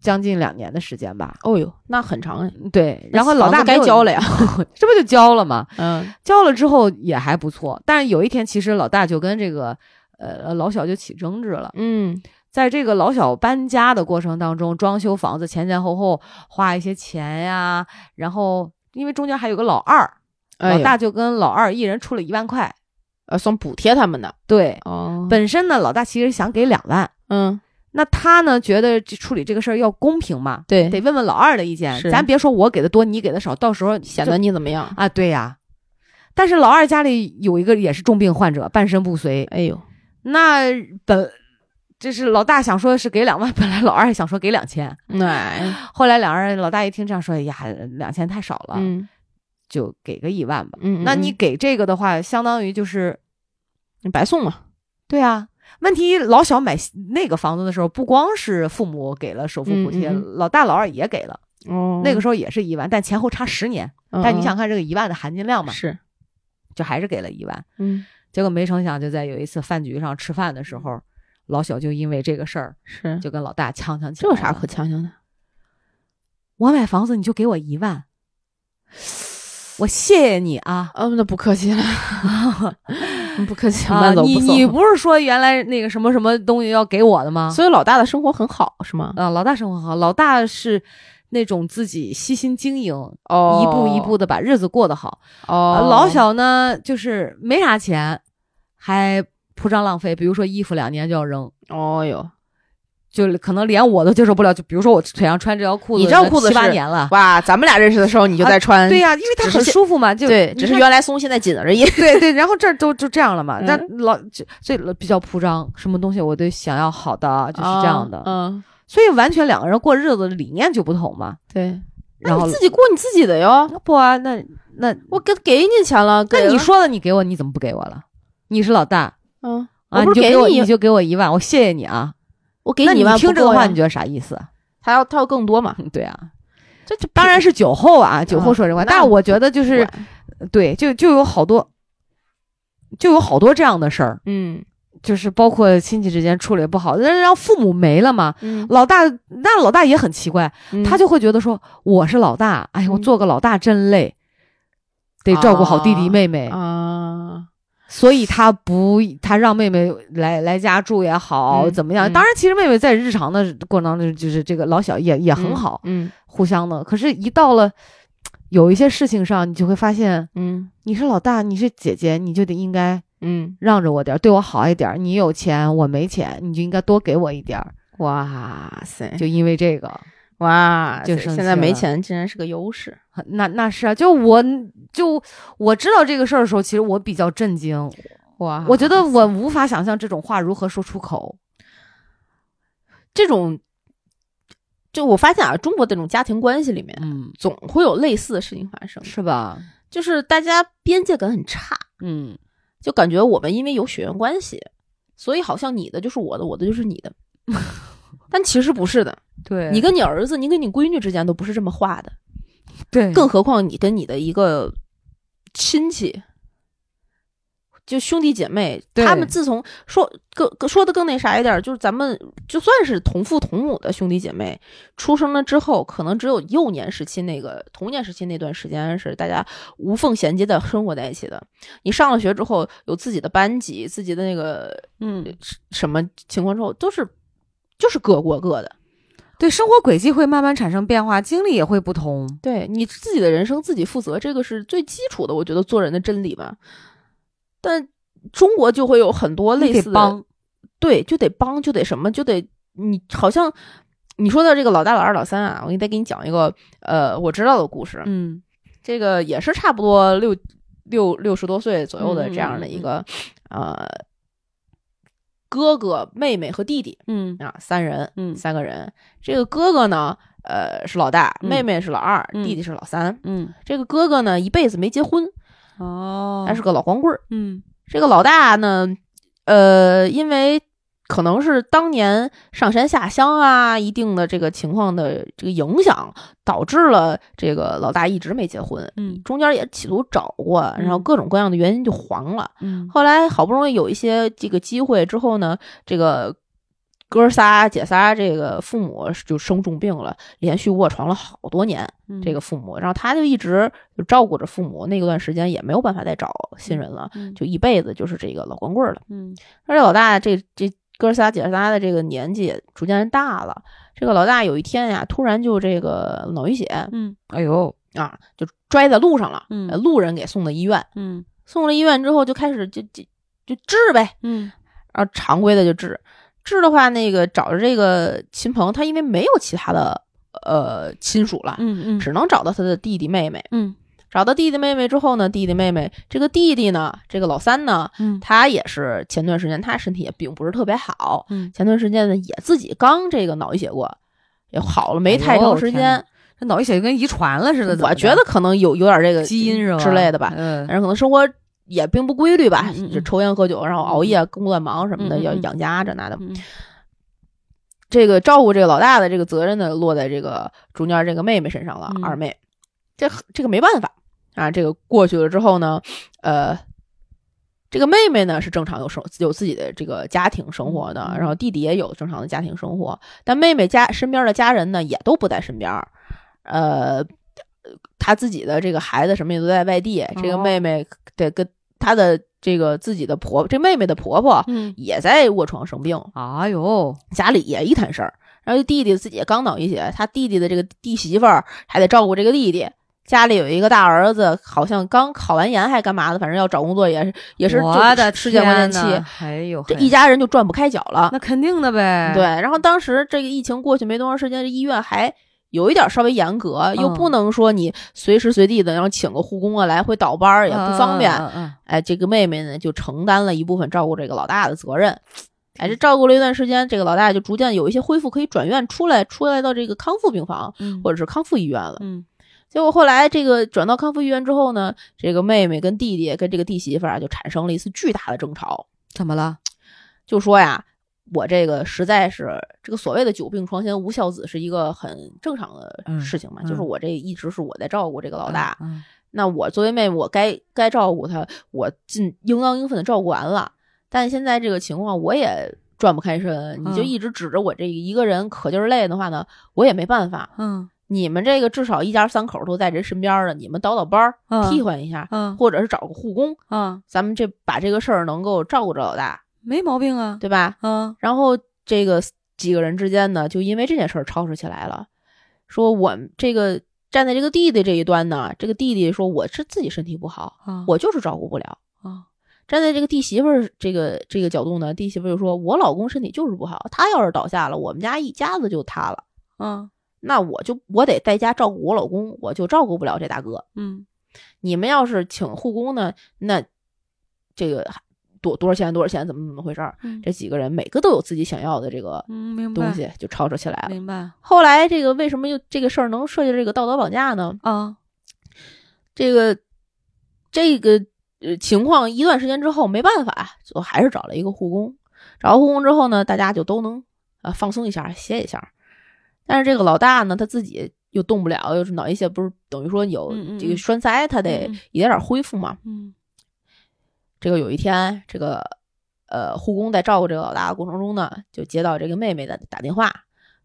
Speaker 2: 将近两年的时间吧。
Speaker 1: 哦哟，那很长哎。
Speaker 2: 对，
Speaker 1: 那
Speaker 2: 然后老大
Speaker 1: 房子该
Speaker 2: 没有
Speaker 1: 交了呀，
Speaker 2: 这不就交了吗？
Speaker 1: 嗯
Speaker 2: 交了之后也还不错，但是有一天其实老大就跟这个呃老小就起争执了，
Speaker 1: 嗯
Speaker 2: 在这个老小搬家的过程当中，装修房子前前后后花一些钱呀，然后因为中间还有个老二，
Speaker 1: 哎
Speaker 2: 老
Speaker 1: 呦
Speaker 2: 大就跟老二一人出了一万块。
Speaker 1: 呃，算补贴他们的
Speaker 2: 对，
Speaker 1: 哦
Speaker 2: 本身呢，老大其实想给两万，
Speaker 1: 嗯，
Speaker 2: 那他呢觉得这处理这个事儿要公平嘛，
Speaker 1: 对，
Speaker 2: 得问问老二的意见。
Speaker 1: 是
Speaker 2: 咱别说我给的多，你给的少，到时候
Speaker 1: 显
Speaker 2: 就
Speaker 1: 得你怎么样？
Speaker 2: 啊，对呀、但是老二家里有一个也是重病患者，半身不遂，
Speaker 1: 哎呦，
Speaker 2: 那本。这是老大想说是给两万，本来老二想说给两千，
Speaker 1: 哎，
Speaker 2: 后来两人老大一听这样说，哎呀，两千太少了，
Speaker 1: 嗯
Speaker 2: 就给个一万吧。
Speaker 1: 嗯，
Speaker 2: 那你
Speaker 1: 嗯
Speaker 2: 给这个的话，相当于就是
Speaker 1: 你白送嘛？
Speaker 2: 对啊。问题老小买那个房子的时候，不光是父母给了首付补贴，
Speaker 1: 嗯嗯
Speaker 2: 老大老二也给了，
Speaker 1: 哦嗯
Speaker 2: 那个时候也是一万，但前后差十年。但你想看这个一万的含金量嘛，
Speaker 1: 是，
Speaker 2: 就还是给了一万。
Speaker 1: 嗯
Speaker 2: 结果没成想，就在有一次饭局上吃饭的时候，老小就因为这个事儿
Speaker 1: 是，
Speaker 2: 就跟老大呛呛起
Speaker 1: 这
Speaker 2: 来
Speaker 1: 有
Speaker 2: 了。
Speaker 1: 啥可强行的？。
Speaker 2: 我买房子你就给我一万，我谢谢你啊
Speaker 1: 嗯，那不客气了，不客气，
Speaker 2: 啊
Speaker 1: 慢，走
Speaker 2: 你
Speaker 1: 不送啊
Speaker 2: 你不是说原来那个什么什么东西要给我的吗？
Speaker 1: 所以老大的生活很好是吗？
Speaker 2: 啊，老大生活好，老大是那种自己悉心经营，
Speaker 1: 哦
Speaker 2: 一步一步的把日子过得好。啊
Speaker 1: 哦，
Speaker 2: 老小呢，就是没啥钱，还铺张浪费，比如说衣服两年就要扔。
Speaker 1: 哦哟，
Speaker 2: 就可能连我都接受不了，就比如说我腿上穿这条裤
Speaker 1: 你
Speaker 2: 子，
Speaker 1: 这条裤子
Speaker 2: 七八
Speaker 1: 是
Speaker 2: 年了，
Speaker 1: 哇，咱们俩认识的时候你就在穿，
Speaker 2: 对呀、因为它
Speaker 1: 只是
Speaker 2: 很
Speaker 1: 现
Speaker 2: 舒服嘛，就
Speaker 1: 对，
Speaker 2: 你
Speaker 1: 只是
Speaker 2: 看
Speaker 1: 原来松，现在紧而已。
Speaker 2: 对对，然后这儿都就这样了嘛。
Speaker 1: 嗯
Speaker 2: 但老这这比较铺张，什么东西我都想要好的，就是这样的。
Speaker 1: 嗯，
Speaker 2: 所以完全两个人过日子的理念就不同嘛。
Speaker 1: 对。那
Speaker 2: 然后
Speaker 1: 你自己过你自己的哟，
Speaker 2: 不啊，那那
Speaker 1: 我给给你钱了，
Speaker 2: 那
Speaker 1: 给
Speaker 2: 你
Speaker 1: 了，
Speaker 2: 说了，你给我，你怎么不给我了？你是老大
Speaker 1: 嗯，
Speaker 2: 啊，
Speaker 1: 我不是
Speaker 2: 你就
Speaker 1: 给
Speaker 2: 给我，
Speaker 1: 你
Speaker 2: 你就给我一万，我谢谢你啊。
Speaker 1: 我给
Speaker 2: 那
Speaker 1: 你一万，
Speaker 2: 听这个话，你
Speaker 1: 就
Speaker 2: 觉得啥意思？
Speaker 1: 他要他要更多嘛？
Speaker 2: 对啊，
Speaker 1: 这这
Speaker 2: 当然是酒后啊，酒后
Speaker 1: 啊
Speaker 2: 说这话。
Speaker 1: 那
Speaker 2: 但我觉得就是，对，就就有好多，就有好多这样的事儿，
Speaker 1: 嗯
Speaker 2: 就是包括亲戚之间处理不好，那让父母没了嘛。
Speaker 1: 嗯，
Speaker 2: 老大，那老大也很奇怪，他
Speaker 1: 就
Speaker 2: 就会觉得说我是老大，哎呀，我
Speaker 1: 嗯
Speaker 2: 做个老大真累，得照顾好弟弟
Speaker 1: 啊
Speaker 2: 妹妹，
Speaker 1: 啊，
Speaker 2: 所以他不，他让妹妹来来家住也好，
Speaker 1: 嗯
Speaker 2: 怎么样？
Speaker 1: 嗯
Speaker 2: 当然，其实妹妹在日常的过程当中，就是这个老小也也很好，
Speaker 1: 嗯
Speaker 2: 互相的。可是，一到了有一些事情上，你就会发现，
Speaker 1: 嗯
Speaker 2: 你是老大，你是姐姐，你就得应该
Speaker 1: 嗯，
Speaker 2: 让着我点儿，对我好一点儿。你有钱，我没钱，你就应该多给我一点儿。
Speaker 1: 哇塞
Speaker 2: 就因为这个，
Speaker 1: 哇塞，
Speaker 2: 就生
Speaker 1: 现
Speaker 2: 气
Speaker 1: 在没
Speaker 2: 了
Speaker 1: 钱竟然是个优势，
Speaker 2: 那那是啊，就我就我知道这个事儿的时候，其实我比较震惊，
Speaker 1: 哇
Speaker 2: 我觉得我无法想象这种话如何说出口。
Speaker 1: 这种，就我发现啊，中国这种家庭关系里面，
Speaker 2: 嗯，
Speaker 1: 总会有类似的事情发生，
Speaker 2: 是吧？
Speaker 1: 就是大家边界感很差，
Speaker 2: 嗯，
Speaker 1: 就感觉我们因为有血缘关系，所以好像你的就是我的，我的就是你 的，但其实不是的，
Speaker 2: 对
Speaker 1: 你跟你儿子，你跟你闺女之间都不是这么画的，
Speaker 2: 对
Speaker 1: 更何况你跟你的一个亲戚，就兄弟姐妹，
Speaker 2: 对
Speaker 1: 他们自从说更更说的更那啥一点儿，就是咱们就算是同父同母的兄弟姐妹，出生了之后，可能只有幼年时期那个童年时期那段时间是大家无缝衔接的生活在一起的。你上了学之后，有自己的班级，自己的那个
Speaker 2: 嗯，
Speaker 1: 什么情况之后，都是就是各过各的。
Speaker 2: 对，生活轨迹会慢慢产生变化，经历也会不同。
Speaker 1: 对你自己的人生自己负责，这个是最基础的，我觉得做人的真理吧。但中国就会有很多类
Speaker 2: 你
Speaker 1: 似
Speaker 2: 得
Speaker 1: 的，
Speaker 2: 帮，
Speaker 1: 对，就得帮，就得什么，就得你好像你说的这个老大、老二、老三啊，我给你再给你讲一个呃我知道的故事，
Speaker 2: 嗯
Speaker 1: 这个也是差不多六六六十多岁左右的
Speaker 2: 嗯嗯
Speaker 1: 这样的
Speaker 2: 嗯
Speaker 1: 一个、呃哥哥、妹妹和弟弟
Speaker 2: 嗯
Speaker 1: 啊三人，
Speaker 2: 嗯
Speaker 1: 三个人。这个哥哥呢，呃是老大，
Speaker 2: 嗯
Speaker 1: 妹妹是老二，
Speaker 2: 嗯
Speaker 1: 弟弟是老三。
Speaker 2: 嗯，
Speaker 1: 这个哥哥呢，一辈子没结婚，
Speaker 2: 哦，
Speaker 1: 他是个老光棍儿。
Speaker 2: 嗯
Speaker 1: 这个老大呢，呃，因为可能是当年上山下乡啊，一定的这个情况的这个影响，导致了这个老大一直没结婚。
Speaker 2: 嗯
Speaker 1: 中间也企图找过，然后
Speaker 2: 嗯
Speaker 1: 各种各样的原因就黄了。
Speaker 2: 嗯
Speaker 1: 后来好不容易有一些这个机会之后呢，这个哥仨姐仨这个父母就生重病了，连续卧床了好多年。这
Speaker 2: 嗯
Speaker 1: 个父母，然后他就一直就照顾着父母，那段时间也没有办法再找新人了，
Speaker 2: 嗯
Speaker 1: 就一辈子就是这个老光棍儿了。
Speaker 2: 嗯
Speaker 1: 而且老大这这哥仨姐仨的这个年纪也逐渐大了，这个老大有一天呀，突然就这个脑溢血
Speaker 2: 嗯，哎呦，
Speaker 1: 啊，就摔在路上了，
Speaker 2: 嗯
Speaker 1: 呃路人给送到医院，
Speaker 2: 嗯
Speaker 1: 送了医院之后就开始就就就治呗，
Speaker 2: 嗯
Speaker 1: 然后常规的就治，治的话那个找着这个秦鹏，他因为没有其他的呃亲属了，
Speaker 2: 嗯嗯
Speaker 1: 只能找到他的弟弟妹妹。
Speaker 2: 嗯
Speaker 1: 找到弟弟妹妹之后呢，弟弟妹妹这个弟弟呢，这个老三呢，
Speaker 2: 嗯
Speaker 1: 他也是前段时间他身体也并不是特别好，
Speaker 2: 嗯，
Speaker 1: 前段时间呢也自己刚这个脑溢血过，也好了没太
Speaker 2: 哎呦
Speaker 1: 长时
Speaker 2: 天
Speaker 1: 间
Speaker 2: 哪。这脑溢血跟遗传了似的，怎
Speaker 1: 我
Speaker 2: 么
Speaker 1: 觉得可能有有点这个
Speaker 2: 基因是吧
Speaker 1: 之类的吧，
Speaker 2: 嗯
Speaker 1: 然后可能生活也并不规律吧，
Speaker 2: 嗯嗯嗯嗯
Speaker 1: 就抽烟喝酒，然后熬夜、工作忙什么的，
Speaker 2: 嗯嗯嗯
Speaker 1: 要养家这那的。
Speaker 2: 嗯
Speaker 1: 这个照顾这个老大的这个责任呢，落在这个中间这个妹妹身上了，
Speaker 2: 嗯
Speaker 1: 二妹，这这个没办法啊。这个过去了之后呢，呃，这个妹妹呢是正常有生有自己的这个家庭生活的，
Speaker 2: 嗯嗯
Speaker 1: 然后弟弟也有正常的家庭生活，但妹妹家身边的家人呢也都不在身边儿，呃，她自己的这个孩子什么也都在外地，这个
Speaker 2: 哦
Speaker 1: 妹妹得跟她的这个自己的婆这妹妹的婆婆
Speaker 2: 嗯，
Speaker 1: 也在卧床生病，
Speaker 2: 哎呦，
Speaker 1: 家里也一摊事儿。然后弟弟自己也刚脑溢血，他弟弟的这个弟媳妇儿还得照顾这个弟弟。家里有一个大儿子，好像刚考完研还干嘛的，反正要找工作也是也是
Speaker 2: 我的
Speaker 1: 就世界关键
Speaker 2: 天哪
Speaker 1: 期，，
Speaker 2: 哎呦，
Speaker 1: 这
Speaker 2: 嘿
Speaker 1: 一家人就转不开脚了。
Speaker 2: 那肯定的呗，
Speaker 1: 对，，然后当时这个疫情过去没多长时间，这医院还有一点稍微严格，又
Speaker 2: 嗯
Speaker 1: 不能说你随时随地的，然后请个护工啊来回倒班儿也不方便。
Speaker 2: 嗯嗯嗯
Speaker 1: 哎，这个妹妹呢就承担了一部分照顾这个老大的责任。哎，
Speaker 2: 嗯
Speaker 1: 这照顾了一段时间，这个老大就逐渐有一些恢复，可以转院出来，出来到这个康复病房
Speaker 2: 嗯
Speaker 1: 或者是康复医院了。
Speaker 2: 嗯
Speaker 1: 结果后来这个转到康复医院之后呢，这个妹妹跟弟弟跟这个弟媳妇儿啊就产生了一次巨大的争吵，
Speaker 2: 怎么了？
Speaker 1: 就说呀，我这个实在是这个所谓的久病床前无孝子是一个很正常的
Speaker 2: 嗯
Speaker 1: 事情嘛，
Speaker 2: 嗯
Speaker 1: 就是我这一直是我在照顾这个老大，
Speaker 2: 嗯，
Speaker 1: 那我作为妹妹，我该该照顾她，我尽应当应分的照顾完了。但现在这个情况，我也转不开身，你就
Speaker 2: 嗯
Speaker 1: 一直指着我这一个人可劲儿累的话呢，我也没办法。
Speaker 2: 嗯
Speaker 1: 你们这个至少一家三口都在这身边儿的，你们倒倒班儿，
Speaker 2: 嗯
Speaker 1: 替换一下，
Speaker 2: 嗯
Speaker 1: 或者是找个护工，
Speaker 2: 嗯，
Speaker 1: 咱们这把这个事儿能够照顾着老大，
Speaker 2: 没毛病啊，
Speaker 1: 对吧？
Speaker 2: 嗯
Speaker 1: 然后这个几个人之间呢，就因为这件事儿吵吵起来了，说我这个站在这个弟弟这一端呢，这个弟弟说我是自己身体不好，
Speaker 2: 啊，
Speaker 1: 我就是照顾不了。
Speaker 2: 啊，
Speaker 1: 站在这个弟媳妇儿这个这个角度呢，弟媳妇儿就说：“我老公身体就是不好，他要是倒下了，我们家一家子就塌了。
Speaker 2: 嗯
Speaker 1: 那我就我得在家照顾我老公，我就照顾不了这大哥。
Speaker 2: 嗯
Speaker 1: 你们要是请护工呢，那这个多多少钱多少钱，怎么怎么回事儿？
Speaker 2: 嗯
Speaker 1: 这几个人每个都有自己想要的这个
Speaker 2: 嗯，明白
Speaker 1: 东西，就吵吵起来了。
Speaker 2: 明白
Speaker 1: 后来这个为什么又这个事儿能涉及这个道德绑架呢？
Speaker 2: 啊，
Speaker 1: 这个这个呃情况一段时间之后没办法，啊就还是找了一个护工。找到护工之后呢，大家就都能啊放松一下，歇一下。但是这个老大呢，他自己又动不了，又是脑溢血，不是等于说有
Speaker 2: 嗯嗯
Speaker 1: 这个
Speaker 2: 嗯
Speaker 1: 栓塞，他得
Speaker 2: 嗯嗯
Speaker 1: 一点点恢复嘛。
Speaker 2: 嗯
Speaker 1: 这个有一天，这个呃护工在照顾这个老大的过程中呢，就接到这个妹妹的打电话，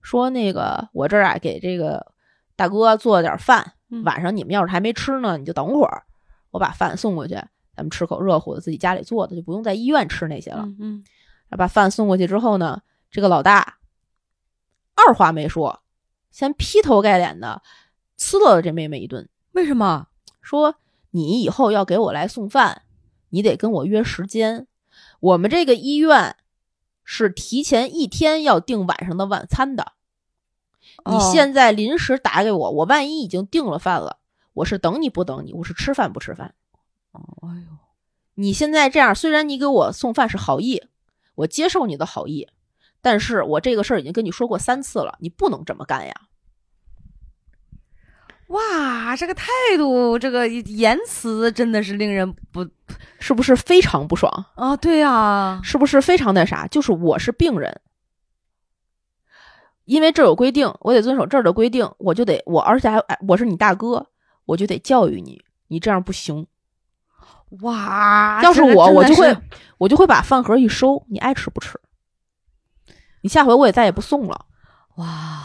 Speaker 1: 说那个我这儿啊给这个大哥做了点饭，
Speaker 2: 嗯
Speaker 1: 晚上你们要是还没吃呢，你就等会儿，我把饭送过去，咱们吃口热乎的，自己家里做的，就不用在医院吃那些了。
Speaker 2: 嗯嗯
Speaker 1: 把饭送过去之后呢，这个老大二话没说，先劈头盖脸的呲了了这妹妹一顿，
Speaker 2: 为什么？
Speaker 1: 说你以后要给我来送饭，你得跟我约时间。我们这个医院是提前一天要订晚上的晚餐的，你
Speaker 2: 哦
Speaker 1: 现在临时打给我，我万一已经订了饭了，我是等你不等你，我是吃饭不吃饭。
Speaker 2: 哎呦，
Speaker 1: 你现在这样，虽然你给我送饭是好意，我接受你的好意，但是我这个事儿已经跟你说过三次了，你不能这么干呀。
Speaker 2: 哇，这个态度，这个言辞真的是令人不
Speaker 1: 是不是非常不爽？
Speaker 2: 啊，对啊，
Speaker 1: 是不是非常那啥？就是我是病人，因为这儿有规定，我得遵守这儿的规定，我就得我，而且还哎我是你大哥，我就得教育你，你这样不行。
Speaker 2: 哇，
Speaker 1: 要是
Speaker 2: 这个
Speaker 1: 我，
Speaker 2: 真
Speaker 1: 我
Speaker 2: 的
Speaker 1: 就是会我就会把饭盒一收，你爱吃不吃。你下回我也再也不送了。
Speaker 2: 哇，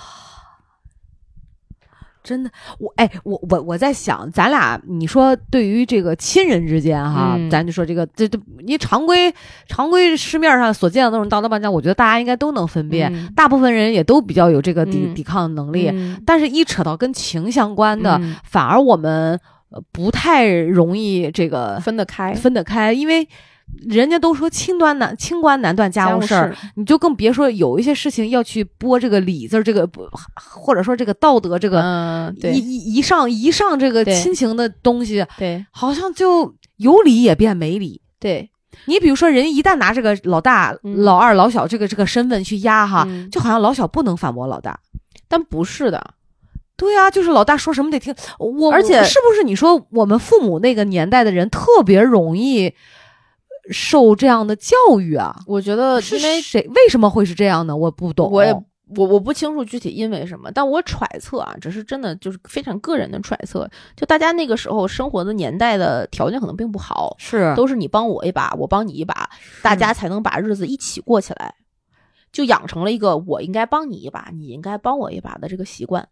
Speaker 2: 真的，我哎，我我我在想，咱俩你说对于这个亲人之间哈，
Speaker 1: 嗯
Speaker 2: 咱就说这个这这，你常规常规市面上所见的那种道德绑架，我觉得大家应该都能分辨，
Speaker 1: 嗯
Speaker 2: 大部分人也都比较有这个抵、
Speaker 1: 嗯
Speaker 2: 抵抗能力，
Speaker 1: 嗯
Speaker 2: 但是一扯到跟情相关的，
Speaker 1: 嗯
Speaker 2: 反而我们呃不太容易这个
Speaker 1: 分得开，
Speaker 2: 分得开，因为人家都说清端难清官难断家务事儿，
Speaker 1: 儿，
Speaker 2: 你就更别说有一些事情要去拨这个理字儿，这个不或者说这个道德这个、
Speaker 1: 嗯，
Speaker 2: 一
Speaker 1: 对
Speaker 2: 一一上一上这个
Speaker 1: 对
Speaker 2: 亲情的东西，
Speaker 1: 对
Speaker 2: 好像就有理也变没理。
Speaker 1: 对，
Speaker 2: 你比如说，人一旦拿这个老大、
Speaker 1: 嗯
Speaker 2: 老二、老小这个这个身份去压哈，
Speaker 1: 嗯
Speaker 2: 就好像老小不能反驳老大。
Speaker 1: 但不是的，
Speaker 2: 对啊，就是老大说什么得听。我
Speaker 1: 而且
Speaker 2: 我是不是你说我们父母那个年代的人特别容易受这样的教育啊？
Speaker 1: 我觉得
Speaker 2: 是
Speaker 1: 呃因为
Speaker 2: 谁为什么会是这样呢？我不懂。
Speaker 1: 我也我我不清楚具体因为什么，但我揣测啊，只是真的就是非常个人的揣测，就大家那个时候生活的年代的条件可能并不好，
Speaker 2: 是
Speaker 1: 都是你帮我一把，我帮你一把，大
Speaker 2: 嗯
Speaker 1: 家才能把日子一起过起来。就养成了一个我应该帮你一把，你应该帮我一把的这个习惯。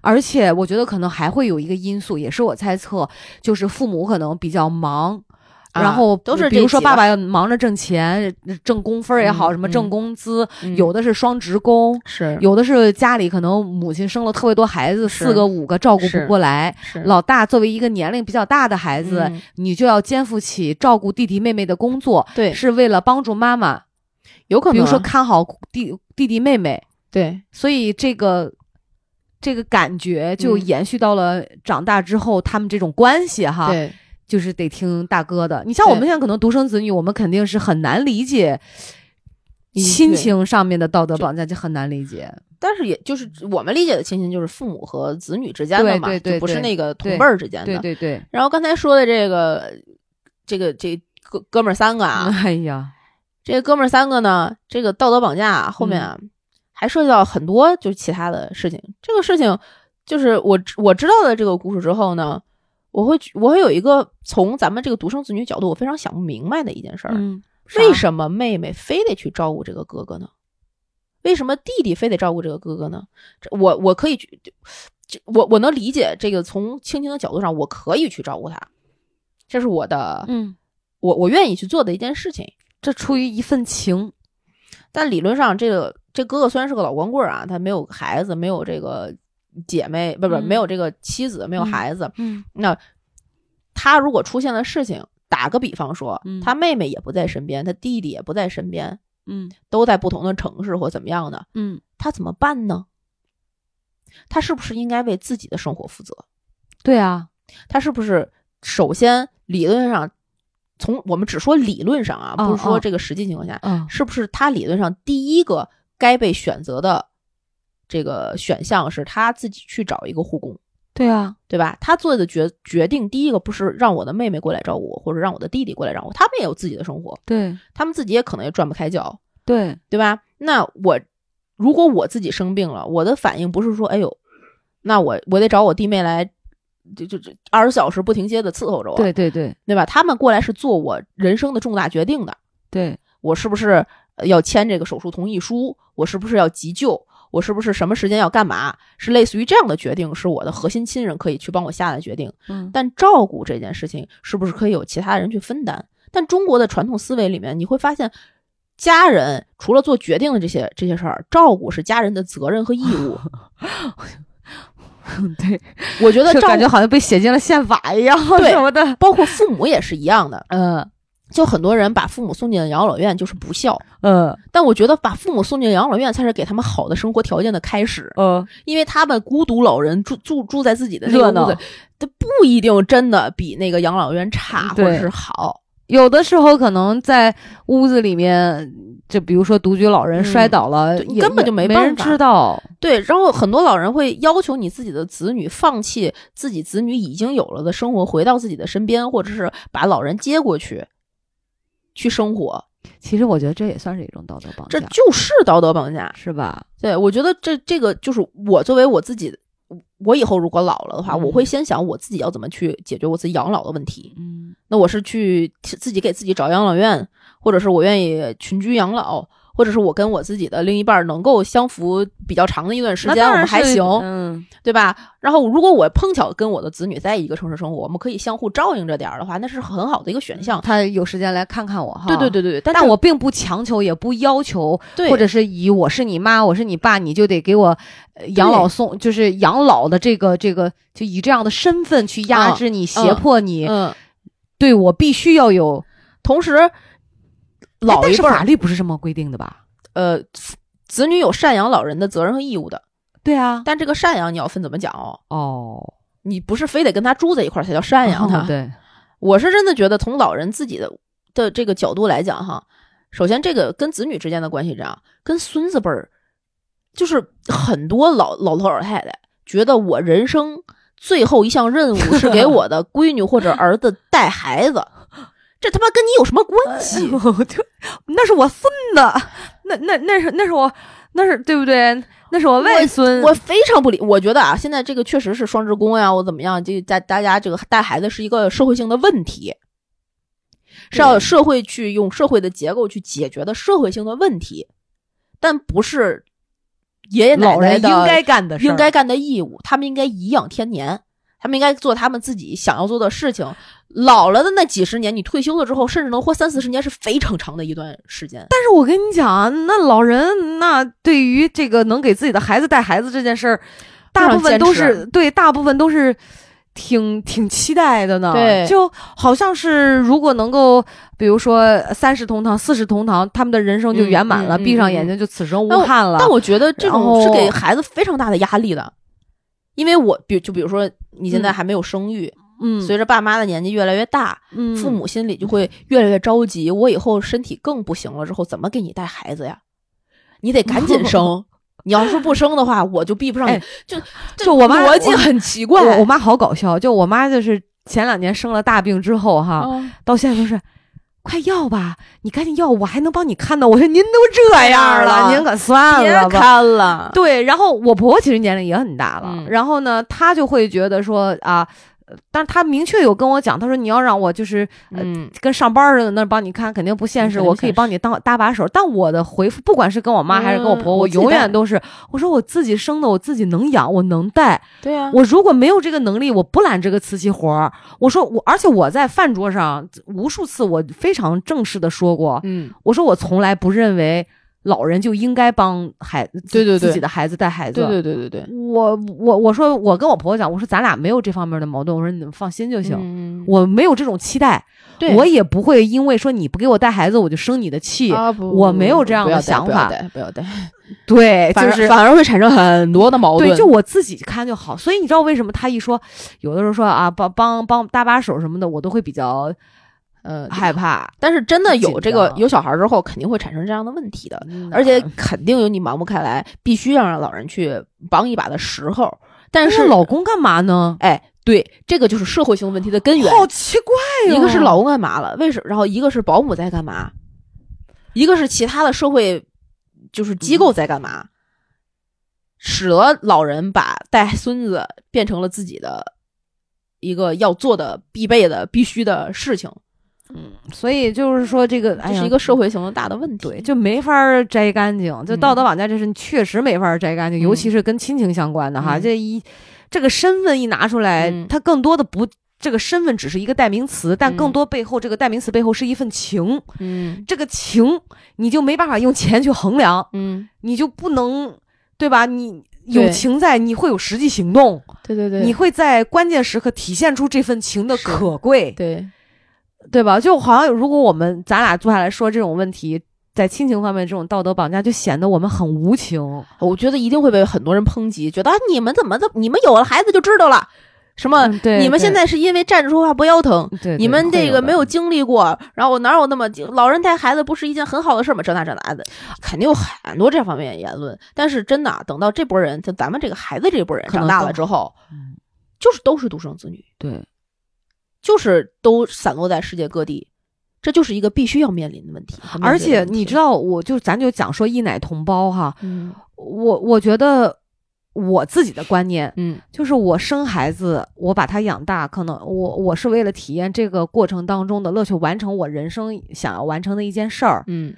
Speaker 2: 而且我觉得可能还会有一个因素，也是我猜测，就是父母可能比较忙。
Speaker 1: 啊
Speaker 2: 然后
Speaker 1: 都是
Speaker 2: 比如
Speaker 1: 这
Speaker 2: 说
Speaker 1: 几个
Speaker 2: 爸爸要忙着挣钱，挣工分儿也
Speaker 1: 嗯
Speaker 2: 好，什么
Speaker 1: 嗯
Speaker 2: 挣工资，有的是双职工，
Speaker 1: 是
Speaker 2: 有的是家里可能母亲生了特别多孩子，
Speaker 1: 是
Speaker 2: 四个五个照顾不
Speaker 1: 是
Speaker 2: 过来。
Speaker 1: 是
Speaker 2: 老大作为一个年龄比较大的孩子，
Speaker 1: 嗯
Speaker 2: 你就要肩负起照顾弟弟妹妹的工作，
Speaker 1: 对，
Speaker 2: 是为了帮助妈妈，
Speaker 1: 有可能啊
Speaker 2: 比如说看好弟弟弟妹妹，
Speaker 1: 对
Speaker 2: 所以这个这个感觉就
Speaker 1: 嗯
Speaker 2: 延续到了长大之后，他们这种关系哈，
Speaker 1: 对
Speaker 2: 就是得听大哥的。你像我们
Speaker 1: 对
Speaker 2: 现在可能独生子女，我们肯定是很难理解
Speaker 1: 理解
Speaker 2: 亲情上面的道德绑架，就很难理解。
Speaker 1: 但是也就是我们理解的亲情，就是父母和子女之间的嘛，
Speaker 2: 对对对
Speaker 1: 就不是
Speaker 2: 对
Speaker 1: 那个同辈儿之间的。
Speaker 2: 对对对，
Speaker 1: 然后刚才说的这个，这个这哥哥们儿三个 啊，
Speaker 2: 哎呀，
Speaker 1: 这个哥们儿三个呢，这个道德绑架啊后
Speaker 2: 嗯
Speaker 1: 面啊、还涉及到很多就是其他的事情。这个事情就是我知我知道的这个故事之后呢，我会我会有一个从咱们这个独生子女角度，我非常想不明白的一件事儿，
Speaker 2: 嗯，
Speaker 1: 为
Speaker 2: 啥
Speaker 1: 什么妹妹非得去照顾这个哥哥呢？为什么弟弟非得照顾这个哥哥呢？这我我可以去，这我我能理解这个从亲情的角度上，我可以去照顾他，这是我的，
Speaker 2: 嗯，
Speaker 1: 我我愿意去做的一件事情。
Speaker 2: 这出于一份情，
Speaker 1: 但理论上，这个这哥哥虽然是个老光棍儿啊，他没有孩子，没有这个姐妹，不不，
Speaker 2: 嗯
Speaker 1: 没有这个妻子，没有
Speaker 2: 嗯
Speaker 1: 孩子。
Speaker 2: 嗯
Speaker 1: 那他如果出现了事情，打个比方说，
Speaker 2: 嗯
Speaker 1: 他妹妹也不在身边，他弟弟也不在身边，
Speaker 2: 嗯
Speaker 1: 都在不同的城市或怎么样的，
Speaker 2: 嗯，
Speaker 1: 他怎么办呢？他是不是应该为自己的生活负责？
Speaker 2: 对啊，
Speaker 1: 他是不是首先理论上，从我们只说理论上啊，
Speaker 2: 嗯
Speaker 1: 不是说
Speaker 2: 嗯
Speaker 1: 这个实际情况下，
Speaker 2: 嗯
Speaker 1: 是不是他理论上第一个该被选择的这个选项是他自己去找一个护工，
Speaker 2: 对啊，
Speaker 1: 对吧？他做的决决定第一个不是让我的妹妹过来照顾我，或者让我的弟弟过来照顾我，他们也有自己的生活，
Speaker 2: 对
Speaker 1: 他们自己也可能也转不开脚，
Speaker 2: 对，
Speaker 1: 对吧？那我如果我自己生病了，我的反应不是说，哎呦，那我我得找我弟妹来，就就就二十小时不停歇的伺候着我，
Speaker 2: 对对对
Speaker 1: 对吧？他们过来是做我人生的重大决定的，
Speaker 2: 对，
Speaker 1: 我是不是呃要签这个手术同意书？我是不是要急救？我是不是什么时间要干嘛？是类似于这样的决定，是我的核心亲人可以去帮我下的决定。
Speaker 2: 嗯，
Speaker 1: 但照顾这件事情是不是可以有其他人去分担？但中国的传统思维里面，你会发现，家人除了做决定的这些这些事儿，照顾是家人的责任和义务。
Speaker 2: 对，
Speaker 1: 我觉得
Speaker 2: 就
Speaker 1: 照
Speaker 2: 感觉
Speaker 1: 顾
Speaker 2: 好像被写进了宪法一样
Speaker 1: 对
Speaker 2: 什么的，
Speaker 1: 包括父母也是一样的，
Speaker 2: 嗯
Speaker 1: 就很多人把父母送进养老院就是不孝，
Speaker 2: 嗯
Speaker 1: 但我觉得把父母送进养老院才是给他们好的生活条件的开始，
Speaker 2: 嗯，
Speaker 1: 因为他们孤独老人住住住在自己的这个
Speaker 2: 热闹
Speaker 1: 屋子，他不一定真的比那个养老院差或
Speaker 2: 嗯对
Speaker 1: 者是好。
Speaker 2: 有的时候可能在屋子里面，就比如说独居老人
Speaker 1: 嗯
Speaker 2: 摔倒了，
Speaker 1: 对
Speaker 2: 也
Speaker 1: 根本就
Speaker 2: 没
Speaker 1: 没办
Speaker 2: 人
Speaker 1: 法
Speaker 2: 知道。
Speaker 1: 对，然后很多老人会要求你自己的子女放弃自己子女已经有了的生活，回到自己的身边，或者是把老人接过去去生活，
Speaker 2: 其实我觉得这也算是一种道德绑
Speaker 1: 这
Speaker 2: 架，嗯
Speaker 1: 就是道德绑架。
Speaker 2: 是吧？
Speaker 1: 对我觉得这这个就是我作为我自己，我以后如果老了的话，
Speaker 2: 嗯
Speaker 1: 我会先想我自己要怎么去解决我自己养老的问题。
Speaker 2: 嗯，
Speaker 1: 那我是去自己给自己找养老院，或者是我愿意群居养老，或者是我跟我自己的另一半能够相符比较长的一段时
Speaker 2: 那
Speaker 1: 间，
Speaker 2: 当
Speaker 1: 我
Speaker 2: 然
Speaker 1: 们还
Speaker 2: 是
Speaker 1: 行，
Speaker 2: 嗯，
Speaker 1: 对吧？然后如果我碰巧跟我的子女在一个城市生活，我们可以相互照应着点儿的话，那是很好的一个选项。
Speaker 2: 他有时间来看看我嗯哈。
Speaker 1: 对对。对对对，但
Speaker 2: 但
Speaker 1: 是
Speaker 2: 我并不强求，也不要求，
Speaker 1: 对
Speaker 2: 或者是以我是你妈，我是你爸，你就得给我呃养老送，就是养老的这个这个，就以这样的身份去压制你、胁迫你，
Speaker 1: 嗯，
Speaker 2: 对我必须要有。
Speaker 1: 同时老
Speaker 2: 哎但
Speaker 1: 一
Speaker 2: 是
Speaker 1: 辈
Speaker 2: 法
Speaker 1: 儿
Speaker 2: 律不是这么规定的吧？
Speaker 1: 呃子子女有赡养老人的责任和义务的，
Speaker 2: 对啊，
Speaker 1: 但这个赡养你要分怎么讲哦，
Speaker 2: 哦，
Speaker 1: 你不是非得跟他住在一块儿才叫赡养他。
Speaker 2: 哦对，
Speaker 1: 我是真的觉得从老人自己的的这个角度来讲哈，首先这个跟子女之间的关系是这样，跟孙子辈儿，就是很多老老头老太太觉得我人生最后一项任务是给我的闺女或者儿子带孩子，这他妈跟你有什么关系？
Speaker 2: 我就那是我孙子，那那那是那是我那是对不对？那是我外孙，
Speaker 1: 我非常不理，我觉得啊，现在这个确实是双职工呀，我怎么样？这个大大家这个带孩子是一个社会性的问题，是要有社会去用社会的结构去解决的社会性的问题，但不是爷爷奶
Speaker 2: 老
Speaker 1: 奶
Speaker 2: 人
Speaker 1: 的
Speaker 2: 应该干的事儿，
Speaker 1: 应该干的义务，他们应该颐养天年，他们应该做他们自己想要做的事情。老了的那几十年，你退休了之后，甚至能活三四十年，是非常长的一段时间。
Speaker 2: 但是我跟你讲啊，那老人那对于这个能给自己的孩子带孩子这件事儿，
Speaker 1: 非
Speaker 2: 大
Speaker 1: 常
Speaker 2: 部分都
Speaker 1: 坚持
Speaker 2: 是对，大部分都是挺挺期待的呢。
Speaker 1: 对
Speaker 2: 就好像是如果能够，比如说三世同堂、四世同堂，他们的人生就
Speaker 1: 嗯
Speaker 2: 圆满了，
Speaker 1: 嗯嗯
Speaker 2: 闭上
Speaker 1: 嗯
Speaker 2: 眼睛就此生无
Speaker 1: 但我
Speaker 2: 憾了。
Speaker 1: 但我觉得这
Speaker 2: 然
Speaker 1: 种
Speaker 2: 后
Speaker 1: 是给孩子非常大的压力的，因为我比就比如说你现在
Speaker 2: 嗯
Speaker 1: 还没有生育，
Speaker 2: 嗯，
Speaker 1: 随着爸妈的年纪越来越大，
Speaker 2: 嗯
Speaker 1: 父母心里就会越来越着急，我以后身体更不行了之后，怎么给你带孩子呀？你得赶紧 生。你要是不生的话，我就避不上你。
Speaker 2: 哎
Speaker 1: 就
Speaker 2: 就我妈
Speaker 1: 逻辑
Speaker 2: 我
Speaker 1: 很奇怪。
Speaker 2: 我我妈好搞笑，就我妈就是前两年生了大病之后哈，
Speaker 1: 嗯
Speaker 2: 到现在都是。快要吧，你赶紧要，我还能帮你看到。我说您都这样
Speaker 1: 这样
Speaker 2: 了，
Speaker 1: 了
Speaker 2: 您可算
Speaker 1: 别
Speaker 2: 了吧。
Speaker 1: 看了，
Speaker 2: 对，然后我婆婆其实年龄也很大了，
Speaker 1: 嗯
Speaker 2: 然后呢，她就会觉得说啊，呃但是她明确有跟我讲，她说你要让我就是、呃
Speaker 1: 嗯，
Speaker 2: 跟上班似的那儿帮你看，肯定不现实，
Speaker 1: 肯定
Speaker 2: 我
Speaker 1: 不
Speaker 2: 可以
Speaker 1: 现
Speaker 2: 帮你当搭把手。但我的回复，不管是跟我妈还是跟我婆婆，
Speaker 1: 嗯
Speaker 2: 我
Speaker 1: 我自己
Speaker 2: 永远
Speaker 1: 带
Speaker 2: 都是我说我自己生的，我自己能养，我能带。
Speaker 1: 对啊，
Speaker 2: 我如果没有这个能力，我不揽这个瓷器活儿。我说我，而且我在饭桌上无数次，我非常正式的说过，
Speaker 1: 嗯，
Speaker 2: 我说我从来不认为老人就应该帮孩子
Speaker 1: 对对对
Speaker 2: 自己的孩子带孩子。
Speaker 1: 对对对对对，
Speaker 2: 我我我说我跟我婆婆讲，我说咱俩没有这方面的矛盾，我说你们放心就行，
Speaker 1: 嗯
Speaker 2: 我没有这种期待，
Speaker 1: 对
Speaker 2: 我也不会因为说你不给我带孩子我就生你的气。
Speaker 1: 啊不
Speaker 2: 我没有这样
Speaker 1: 不
Speaker 2: 的
Speaker 1: 要带
Speaker 2: 想
Speaker 1: 不要
Speaker 2: 法
Speaker 1: 带不要带，
Speaker 2: 对，
Speaker 1: 反
Speaker 2: 就
Speaker 1: 而
Speaker 2: 是
Speaker 1: 反而会产生很多的矛盾。
Speaker 2: 对，就我自己看就好。所以你知道为什么他一说，有的时候说啊帮帮帮搭把手什么的，我都会比较
Speaker 1: 呃，
Speaker 2: 害怕，
Speaker 1: 但是真的有
Speaker 2: 嗯紧
Speaker 1: 这个
Speaker 2: 张
Speaker 1: 有小孩之后，肯定会产生这样的问题的，呃
Speaker 2: 嗯
Speaker 1: 而
Speaker 2: 啊
Speaker 1: 且肯定有你忙不开来，必须要让老人去帮一把的时候。但
Speaker 2: 但
Speaker 1: 是
Speaker 2: 是老，公干嘛呢？
Speaker 1: 哎，对，这个就是社会性问题的根源。
Speaker 2: 好奇怪呀、哦
Speaker 1: 一个是老公干嘛了，为什么？然后一个是保姆在干嘛，一个是其他的社会就是机构在干嘛，使得老人把带孙子变成了自己的一个要做的必备的必须的事情，
Speaker 2: 所以就是说这个，哎
Speaker 1: 这
Speaker 2: 呀
Speaker 1: 是一个社会性的大的问题。
Speaker 2: 对，就没法儿摘干净。就
Speaker 1: 嗯
Speaker 2: 道德绑架这事，你确实没法儿摘干净，尤其是跟亲情相关的哈。
Speaker 1: 嗯
Speaker 2: 这一这个身份一拿出来，
Speaker 1: 嗯
Speaker 2: 它更多的不，这个身份只是一个代名词，但
Speaker 1: 嗯
Speaker 2: 更多背后这个代名词背后是一份情，
Speaker 1: 嗯
Speaker 2: 这个情你就没办法用钱去衡量，
Speaker 1: 嗯，
Speaker 2: 你就不能对吧？你有
Speaker 1: 对
Speaker 2: 情在，你会有实际行动，
Speaker 1: 对对对，
Speaker 2: 你会在关键时刻体现出这份情的
Speaker 1: 是
Speaker 2: 可贵。
Speaker 1: 对
Speaker 2: 对吧？就好像如果我们咱俩坐下来说这种问题，在亲情方面这种道德绑架，就显得我们很无情。
Speaker 1: 我觉得一定会被很多人抨击，觉得、啊、你们怎么怎你们有了孩子就知道了，什么、
Speaker 2: 嗯对
Speaker 1: 你们
Speaker 2: 对
Speaker 1: 现在是因为站着说话不腰疼，
Speaker 2: 对，
Speaker 1: 你们这个没
Speaker 2: 有
Speaker 1: 有
Speaker 2: 的，
Speaker 1: 经历过，然后我哪有那么老人带孩子不是一件很好的事儿吗？这那这那的，肯定有很多这方面的言论。但是真的啊，等到这波人，就咱们这个孩子这波人
Speaker 2: 可
Speaker 1: 长
Speaker 2: 能
Speaker 1: 大了
Speaker 2: 更
Speaker 1: 之后，
Speaker 2: 嗯
Speaker 1: 就是都是独生子女，
Speaker 2: 对，
Speaker 1: 就是都散落在世界各地，这就是一个必须要面临的问题。
Speaker 2: 而且你知
Speaker 1: 道，
Speaker 2: 道，我就咱就讲说一奶同胞哈，
Speaker 1: 嗯
Speaker 2: 我我觉得我自己的观念
Speaker 1: 嗯
Speaker 2: 就是，我生孩子，我把他养大，可能我我是为了体验这个过程当中的乐趣，完成我人生想要完成的一件事儿。
Speaker 1: 嗯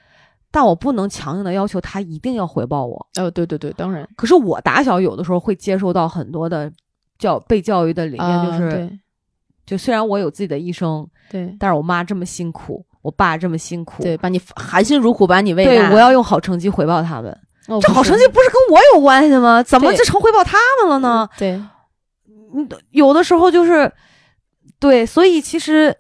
Speaker 2: 但我不能强硬的要求他一定要回报我。
Speaker 1: 呃，对对对，当然，
Speaker 2: 可是我打小有的时候会接受到很多的教被教育的理念，就
Speaker 1: 啊
Speaker 2: 是、
Speaker 1: 对
Speaker 2: 就虽然我有自己的一生，
Speaker 1: 对
Speaker 2: 但是我妈这么辛苦，我爸这么辛苦，
Speaker 1: 对，把你含辛茹苦把你喂
Speaker 2: 对
Speaker 1: 大。
Speaker 2: 我要用好成绩回报他们。
Speaker 1: 哦
Speaker 2: 这
Speaker 1: 不
Speaker 2: 好
Speaker 1: 是
Speaker 2: 成绩不是跟我有关系吗？怎么
Speaker 1: 对嗯
Speaker 2: 就成回报他们了呢？
Speaker 1: 对，
Speaker 2: 有的时候就是，对，所以其实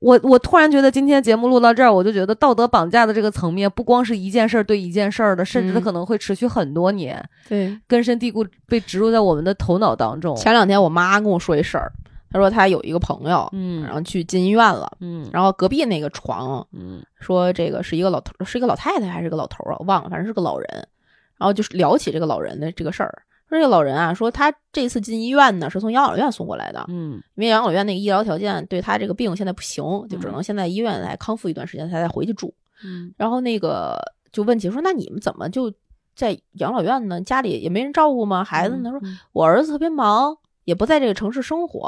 Speaker 2: 我我突然觉得今天节目录到这儿，我就觉得道德绑架的这个层面，不光是一件事儿对一件事儿的，甚至它
Speaker 1: 嗯
Speaker 2: 可能会持续很多年，
Speaker 1: 对，
Speaker 2: 根深蒂固被植入在我们的头脑当中。
Speaker 1: 前两天我妈跟我说一事儿，她说她有一个朋友，
Speaker 2: 嗯
Speaker 1: 然后去进医院了，
Speaker 2: 嗯
Speaker 1: 然后隔壁那个床
Speaker 2: 嗯
Speaker 1: 说这个是一个老头，是一个老太太还是个老头儿啊？我忘了，反正是个老人。然后就是聊起这个老人的这个事儿，说这个老人啊，说他这次进医院呢是从养老院送过来的，
Speaker 2: 嗯
Speaker 1: 因为养老院那个医疗条件对他这个病现在不行，就只
Speaker 2: 嗯
Speaker 1: 能先在医院来康复一段时间，他再回去住。
Speaker 2: 嗯
Speaker 1: 然后那个就问起说，那你们怎么就在养老院呢？家里也没人照顾吗？孩子呢？他说
Speaker 2: 嗯
Speaker 1: 我儿子特别忙，也不在这个城市生活。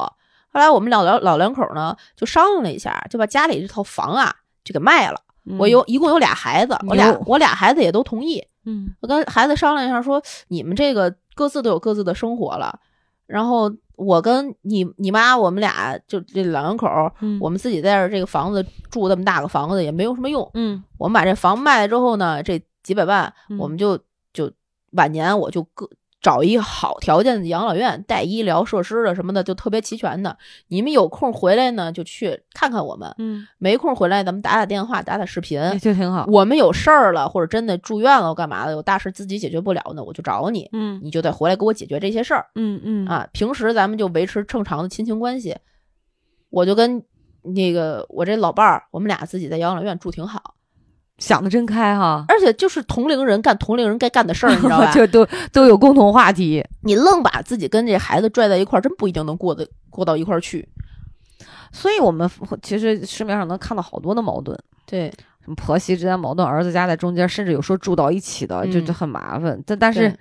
Speaker 1: 后来我们老两老两口呢就商量了一下，就把家里这套房啊就给卖了。
Speaker 2: 嗯
Speaker 1: 我有一共有俩孩子，我俩
Speaker 2: 牛
Speaker 1: 我俩孩子也都同意。
Speaker 2: 嗯
Speaker 1: 我跟孩子商量一下说，你们这个各自都有各自的生活了，然后我跟你你妈我们俩就这老两口，
Speaker 2: 嗯
Speaker 1: 我们自己在这儿这个房子住这么大个房子也没有什么用。
Speaker 2: 嗯
Speaker 1: 我们把这房卖了之后呢，这几百万
Speaker 2: 嗯
Speaker 1: 我们就、就晚年我就各找一个好条件的养老院，带医疗设施的什么的就特别齐全的。你们有空回来呢，就去看看我们；
Speaker 2: 嗯，
Speaker 1: 没空回来，咱们打打电话，打打视频。
Speaker 2: 也哎就挺好。
Speaker 1: 我们有事儿了，或者真的住院了，我干嘛的，有大事自己解决不了呢，我就找你，
Speaker 2: 嗯
Speaker 1: 你就得回来给我解决这些事儿
Speaker 2: 嗯嗯，
Speaker 1: 啊。平时咱们就维持正常的亲情关系，我就跟那个我这老伴儿，我们俩自己在养老院住挺好。
Speaker 2: 想的真开哈，
Speaker 1: 而且就是同龄人干同龄人该干的事儿，你知 道吧？
Speaker 2: 就都都有共同话题。
Speaker 1: 你愣把自己跟这孩子拽在一块儿，真不一定能过得过到一块儿去。
Speaker 2: 所以我们其实市面上能看到好多的矛盾，
Speaker 1: 对，
Speaker 2: 什么婆媳之间矛盾，儿子夹在中间，甚至有说住到一起的，就
Speaker 1: 嗯
Speaker 2: 就很麻烦。但但是
Speaker 1: 对，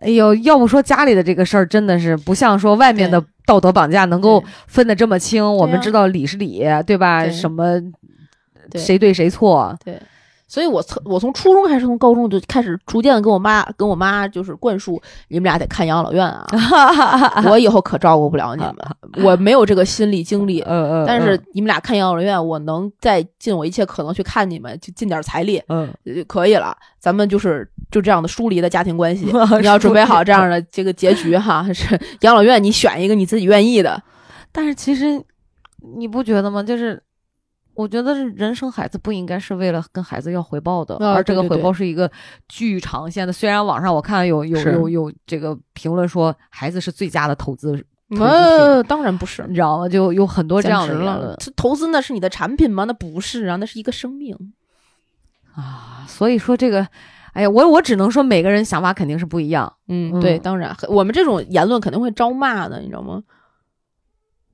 Speaker 2: 哎呦，要不说家里的这个事儿真的是不像说外面的
Speaker 1: 对
Speaker 2: 道德绑架能够
Speaker 1: 对
Speaker 2: 分得这么清。我们
Speaker 1: 啊
Speaker 2: 知道理是理，对吧？
Speaker 1: 对
Speaker 2: 什么
Speaker 1: 对
Speaker 2: 谁对谁错？
Speaker 1: 对，所以我从我从初中还是从高中就开始逐渐地跟我妈跟我妈就是灌输，你们俩得看养老院 啊，我以后可照顾不了你 们，我没有这个心理精力。
Speaker 2: 嗯嗯，
Speaker 1: 但是你们俩看养老院，我能再尽我一切可能去看你们，就尽点儿财力，
Speaker 2: 嗯，
Speaker 1: 呃可以了。咱们就是就这样的疏离的家庭关 系，
Speaker 2: 嗯
Speaker 1: 你要准备好这 样。的这个结局哈， 是养老院你选一个你自己愿意的。
Speaker 2: 但是其实你不觉得吗？就是。我觉得是人生孩子不应该是为了跟孩子要回报的，
Speaker 1: 啊
Speaker 2: 而这个
Speaker 1: 对对
Speaker 2: 回
Speaker 1: 对
Speaker 2: 报是一个巨长线的。虽然网上我看有有
Speaker 1: 是
Speaker 2: 有有这个评论说孩子是最佳的投资，投资
Speaker 1: 呃，当然不是，
Speaker 2: 你知道吗？就有很多这样的
Speaker 1: 简直
Speaker 2: 言
Speaker 1: 了
Speaker 2: 论。
Speaker 1: 这投资那是你的产品吗？那不是啊，那是一个生命。
Speaker 2: 啊，所以说这个，哎呀，我我只能说每个人想法肯定是不一样。
Speaker 1: 嗯对，
Speaker 2: 嗯
Speaker 1: 当然，我们这种言论肯定会招骂的，你知道吗？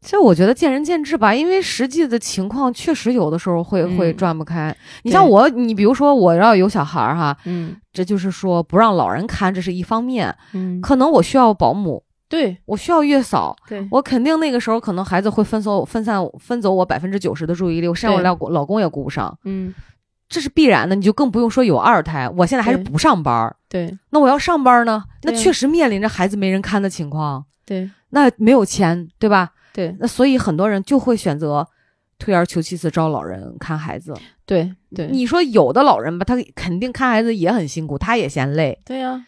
Speaker 2: 其实我觉得见仁见智吧，因为实际的情况确实有的时候会、
Speaker 1: 嗯
Speaker 2: 会转不开。你
Speaker 1: 对
Speaker 2: 像我，你比如说我要有小孩儿哈，
Speaker 1: 嗯
Speaker 2: 这就是说不让老人看，这是一方面，
Speaker 1: 嗯，
Speaker 2: 可能我需要保姆，
Speaker 1: 对
Speaker 2: 我需要月嫂，
Speaker 1: 对
Speaker 2: 我肯定那个时候可能孩子会分走分散分走我百分之九十的注意力，我甚至我
Speaker 1: 对
Speaker 2: 老公老公也顾不上，
Speaker 1: 嗯
Speaker 2: 这是必然的。你就更不用说有二胎，我现在还是
Speaker 1: 对
Speaker 2: 不上班儿，
Speaker 1: 对
Speaker 2: 那我要上班呢，那
Speaker 1: 对啊
Speaker 2: 确实面临着孩子没人看的情况，
Speaker 1: 对
Speaker 2: 那没有钱，对吧？
Speaker 1: 对
Speaker 2: 那所以很多人就会选择退而求其次招老人看孩子。
Speaker 1: 对对
Speaker 2: 你说有的老人吧，他肯定看孩子也很辛苦，他也嫌累，
Speaker 1: 对呀，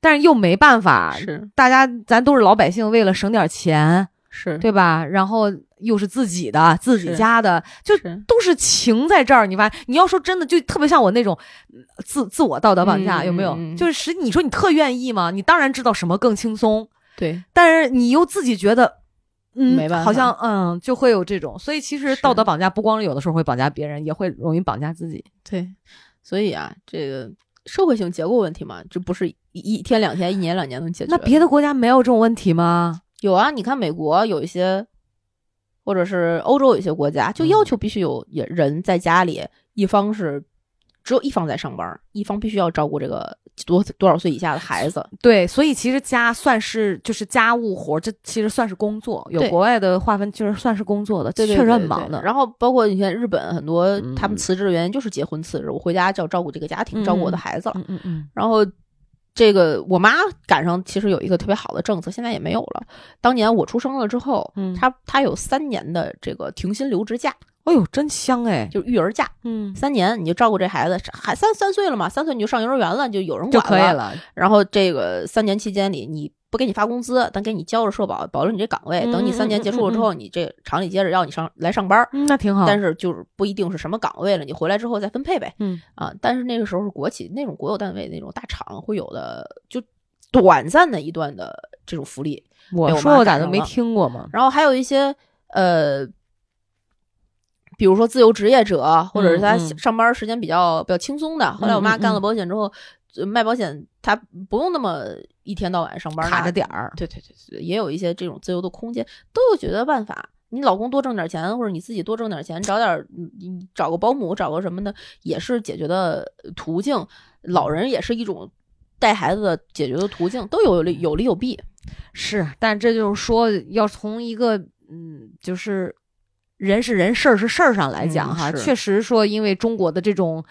Speaker 2: 但是又没办法，
Speaker 1: 是
Speaker 2: 大家咱都是老百姓，为了省点钱，
Speaker 1: 是
Speaker 2: 对吧？然后又是自己的，自己
Speaker 1: 是
Speaker 2: 家的，就是都是情在这儿。你发，你要说真的，就特别像我那种嗯自自我道德绑架，
Speaker 1: 嗯
Speaker 2: 有没有？
Speaker 1: 嗯嗯
Speaker 2: 就是实，你说你特愿意吗？你当然知道什么更轻松，
Speaker 1: 对
Speaker 2: 但是你又自己觉得。嗯，
Speaker 1: 没办法
Speaker 2: 好像嗯，就会有这种，所以其实
Speaker 1: 是
Speaker 2: 道德绑架不光有的时候会绑架别人，也会容易绑架自己。
Speaker 1: 对，所以啊，这个社会性结构问题嘛，这不是一一天两天、一年两年能解决
Speaker 2: 那
Speaker 1: 的。
Speaker 2: 别的国家没有这种问题吗？
Speaker 1: 有啊，你看美国有一些，或者是欧洲有一些国家，就要
Speaker 2: 嗯
Speaker 1: 求必须有也人在家里，一方是只有一方在上班，一方必须要照顾这个多多少岁以下的孩子。
Speaker 2: 对，所以其实家算是就是家务活，这其实算是工作。有
Speaker 1: 对
Speaker 2: 国外的划分，就是算是工作的，
Speaker 1: 对对
Speaker 2: 确实很
Speaker 1: 对对
Speaker 2: 忙的。
Speaker 1: 然后包括你看日本很多
Speaker 2: 嗯
Speaker 1: 他们辞职的原因就是结婚辞职，我回家就要照顾这个家庭，照顾我的孩子了。
Speaker 2: 嗯嗯嗯，
Speaker 1: 然后这个我妈赶上其实有一个特别好的政策，现在也没有了。当年我出生了之后，
Speaker 2: 嗯
Speaker 1: 她她有三年的这个停薪留职假，
Speaker 2: 哎呦，真香哎！
Speaker 1: 就是育儿假，
Speaker 2: 嗯，
Speaker 1: 三年你就照顾这孩子，还三三岁了嘛，三岁你就上幼儿园了，你就有人
Speaker 2: 就
Speaker 1: 管
Speaker 2: 可以了。
Speaker 1: 然后这个三年期间里，你不给你发工资，但给你交着社保，保留你这岗位。
Speaker 2: 嗯
Speaker 1: 等你三年结束了之后，你这厂里接着要你上来上班儿，
Speaker 2: 嗯，那挺好。
Speaker 1: 但
Speaker 2: 是
Speaker 1: 是就是不一定是什么岗位了，你回来之后再分配呗。
Speaker 2: 嗯
Speaker 1: 啊，但是那个时候是国企那种国有单位那种大厂会有的，就短暂的一段的这种福利。
Speaker 2: 我
Speaker 1: 被我
Speaker 2: 说
Speaker 1: 妈
Speaker 2: 我咋
Speaker 1: 赶
Speaker 2: 就
Speaker 1: 上
Speaker 2: 没
Speaker 1: 了
Speaker 2: 听过嘛？
Speaker 1: 然后还有一些呃。比如说自由职业者，或者是他
Speaker 2: 嗯嗯
Speaker 1: 上班时间比较比较轻松的。后来我妈
Speaker 2: 嗯嗯
Speaker 1: 干了
Speaker 2: 嗯
Speaker 1: 保险之后，呃卖保险她不用那么一天到晚上班
Speaker 2: 卡
Speaker 1: 拿
Speaker 2: 着点儿。
Speaker 1: 对对对对，也有一些这种自由的空间，都有解决办法。你老公多挣点钱，或者你自己多挣点钱，找点儿嗯你找个保姆，找个什么的，也是解决的途径。老人也是一种带孩子的解决的途径，都有利有利有弊。
Speaker 2: 是，但这就是说，要从一个嗯，就是人是人，事儿是事儿上来讲
Speaker 1: 嗯
Speaker 2: 哈，
Speaker 1: 是
Speaker 2: 确实说，因为中国的这种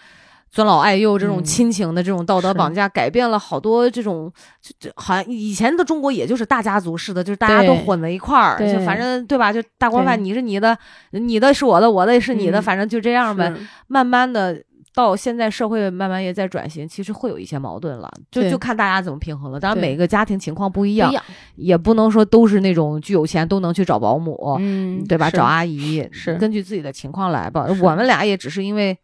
Speaker 2: 尊老爱幼、这种
Speaker 1: 嗯
Speaker 2: 亲情的这种道德
Speaker 1: 是
Speaker 2: 绑架，改变了好多这种，就就好像以前的中国也就是大家族似的，就是大家都
Speaker 1: 对
Speaker 2: 混在一块儿，就
Speaker 1: 对
Speaker 2: 反正对吧？就大锅饭，
Speaker 1: 对
Speaker 2: 你是你的，你的是我的，我的也是你的，
Speaker 1: 嗯
Speaker 2: 反正就这样呗。
Speaker 1: 是
Speaker 2: 慢慢的。到现在社会慢慢也在转型，其实会有一些矛盾了，就
Speaker 1: 对
Speaker 2: 就看大家怎么平衡了。当然
Speaker 1: 对
Speaker 2: 每个家庭情况不一
Speaker 1: 不
Speaker 2: 样
Speaker 1: 一，样，
Speaker 2: 也不能说都是那种巨有钱都能去找保姆，
Speaker 1: 嗯
Speaker 2: 哦对吧？
Speaker 1: 是
Speaker 2: 找阿姨
Speaker 1: 是
Speaker 2: 根据自己的情况来吧。
Speaker 1: 是
Speaker 2: 我们俩也只是因为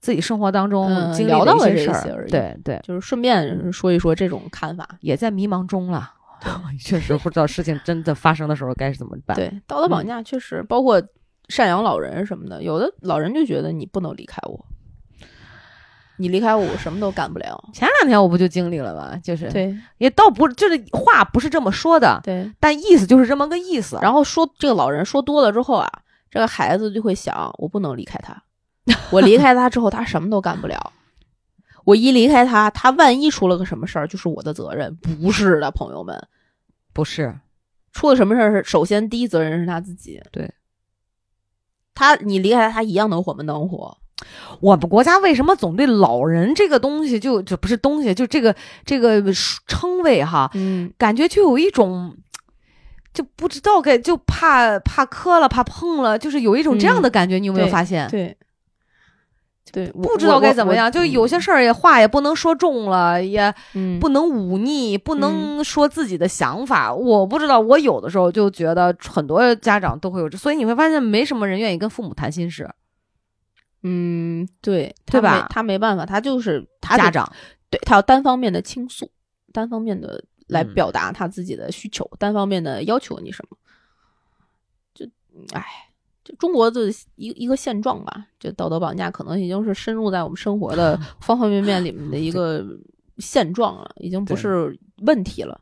Speaker 2: 自己生活当中
Speaker 1: 嗯
Speaker 2: 经历
Speaker 1: 聊到
Speaker 2: 了
Speaker 1: 了
Speaker 2: 一
Speaker 1: 这
Speaker 2: 事
Speaker 1: 些
Speaker 2: 儿，
Speaker 1: 而已
Speaker 2: 对对，
Speaker 1: 就是顺便说一说这种看法。
Speaker 2: 也在迷茫中了。 确实不知道事情真的发生的时候该是怎么办。，
Speaker 1: 对，道德绑架确实包括赡养老人什么的，有的老人就觉得你不能离开我，你离开我，我什么都干不了。
Speaker 2: 前两天我不就经历了吗？就是
Speaker 1: 对
Speaker 2: 也倒不就是话不是这么说的，
Speaker 1: 对，
Speaker 2: 但意思就是这么个意思。
Speaker 1: 然后说这个老人说多了之后啊，这个孩子就会想，我不能离开他，我离开他之后，他什么都干不了。我一离开他，他万一出了个什么事儿，就是我的责任，不是的，朋友们，
Speaker 2: 不是，
Speaker 1: 出了什么事儿是首先第一责任是他自己。
Speaker 2: 对，
Speaker 1: 他你离开他，他一样能活吗？能活。
Speaker 2: 我们国家为什么总对老人这个东西就就不是东西，就这个这个称谓哈，
Speaker 1: 嗯，
Speaker 2: 感觉就有一种，就不知道该就怕怕磕了，怕碰了，就是有一种这样的感觉。你有没有
Speaker 1: 嗯对
Speaker 2: 发现？
Speaker 1: 对，对，我
Speaker 2: 不知道该怎么样，就有些，事儿也话也不能说重了，也
Speaker 1: 嗯，
Speaker 2: 不能忤逆，不能说自己的想法。我不知道，我有的时候就觉得很多家长都会有这，所以你会发现没什么人愿意跟父母谈心
Speaker 1: 啊
Speaker 2: 事。
Speaker 1: 嗯，对，他
Speaker 2: 对
Speaker 1: 没
Speaker 2: 吧
Speaker 1: 他没办法，他就是他
Speaker 2: 家
Speaker 1: 得
Speaker 2: 长
Speaker 1: 对他要单方面的倾诉，单方面的来
Speaker 2: 嗯
Speaker 1: 表达他自己的需求，单方面的要求你什么，就哎，这中国的一一个现状吧，这道德绑架可能已经是深入在我们生活 的方方面面里面的一个现状了，已经不
Speaker 2: 对
Speaker 1: 是问题了。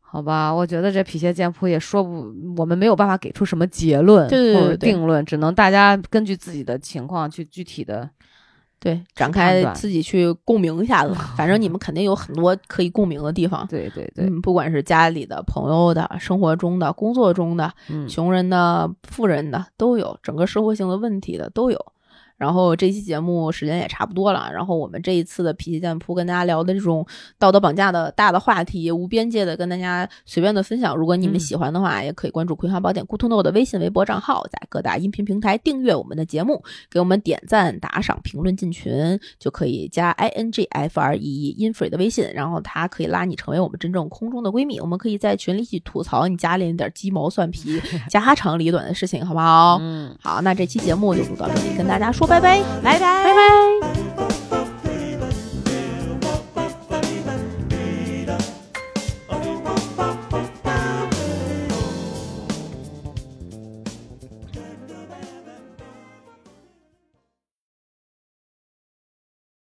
Speaker 2: 好吧，我觉得这辟邪剑谱也说不，我们没有办法给出什么结论
Speaker 1: 对对对
Speaker 2: 或者
Speaker 1: 对
Speaker 2: 定论，只能大家根据自己的情况去具体的。
Speaker 1: 哦对，展
Speaker 2: 判
Speaker 1: 开
Speaker 2: 断
Speaker 1: 自己去共鸣一下 子，反正你们肯定有很多可以共鸣的地方。
Speaker 2: 对对对，
Speaker 1: 嗯，不管是家里的、朋友的、生活中的、工作中的，
Speaker 2: 嗯
Speaker 1: 穷人的、富人的都有，整个社会性的问题的都有。然后这期节目时间也差不多了，然后我们这一次的脾气剑铺跟大家聊的这种道德绑架的大的话题，无边界的跟大家随便的分享。如果你们
Speaker 2: 嗯
Speaker 1: 喜欢的话，也可以关注《葵花宝典》咕 o 诺的微信、微博账号，在各大音频平台订阅我们的节目，给我们点赞、打赏、评论、进群，就可以加 i n g f r e i infree 的微信，然后他可以拉你成为我们真正空中的闺蜜。我们可以在群里一起吐槽你家里那点鸡毛蒜皮、家长里短的事情，好不好？
Speaker 2: 嗯，
Speaker 1: 好，那这期节目就录到这里，跟大家说拜拜，
Speaker 2: 拜拜
Speaker 1: 拜拜。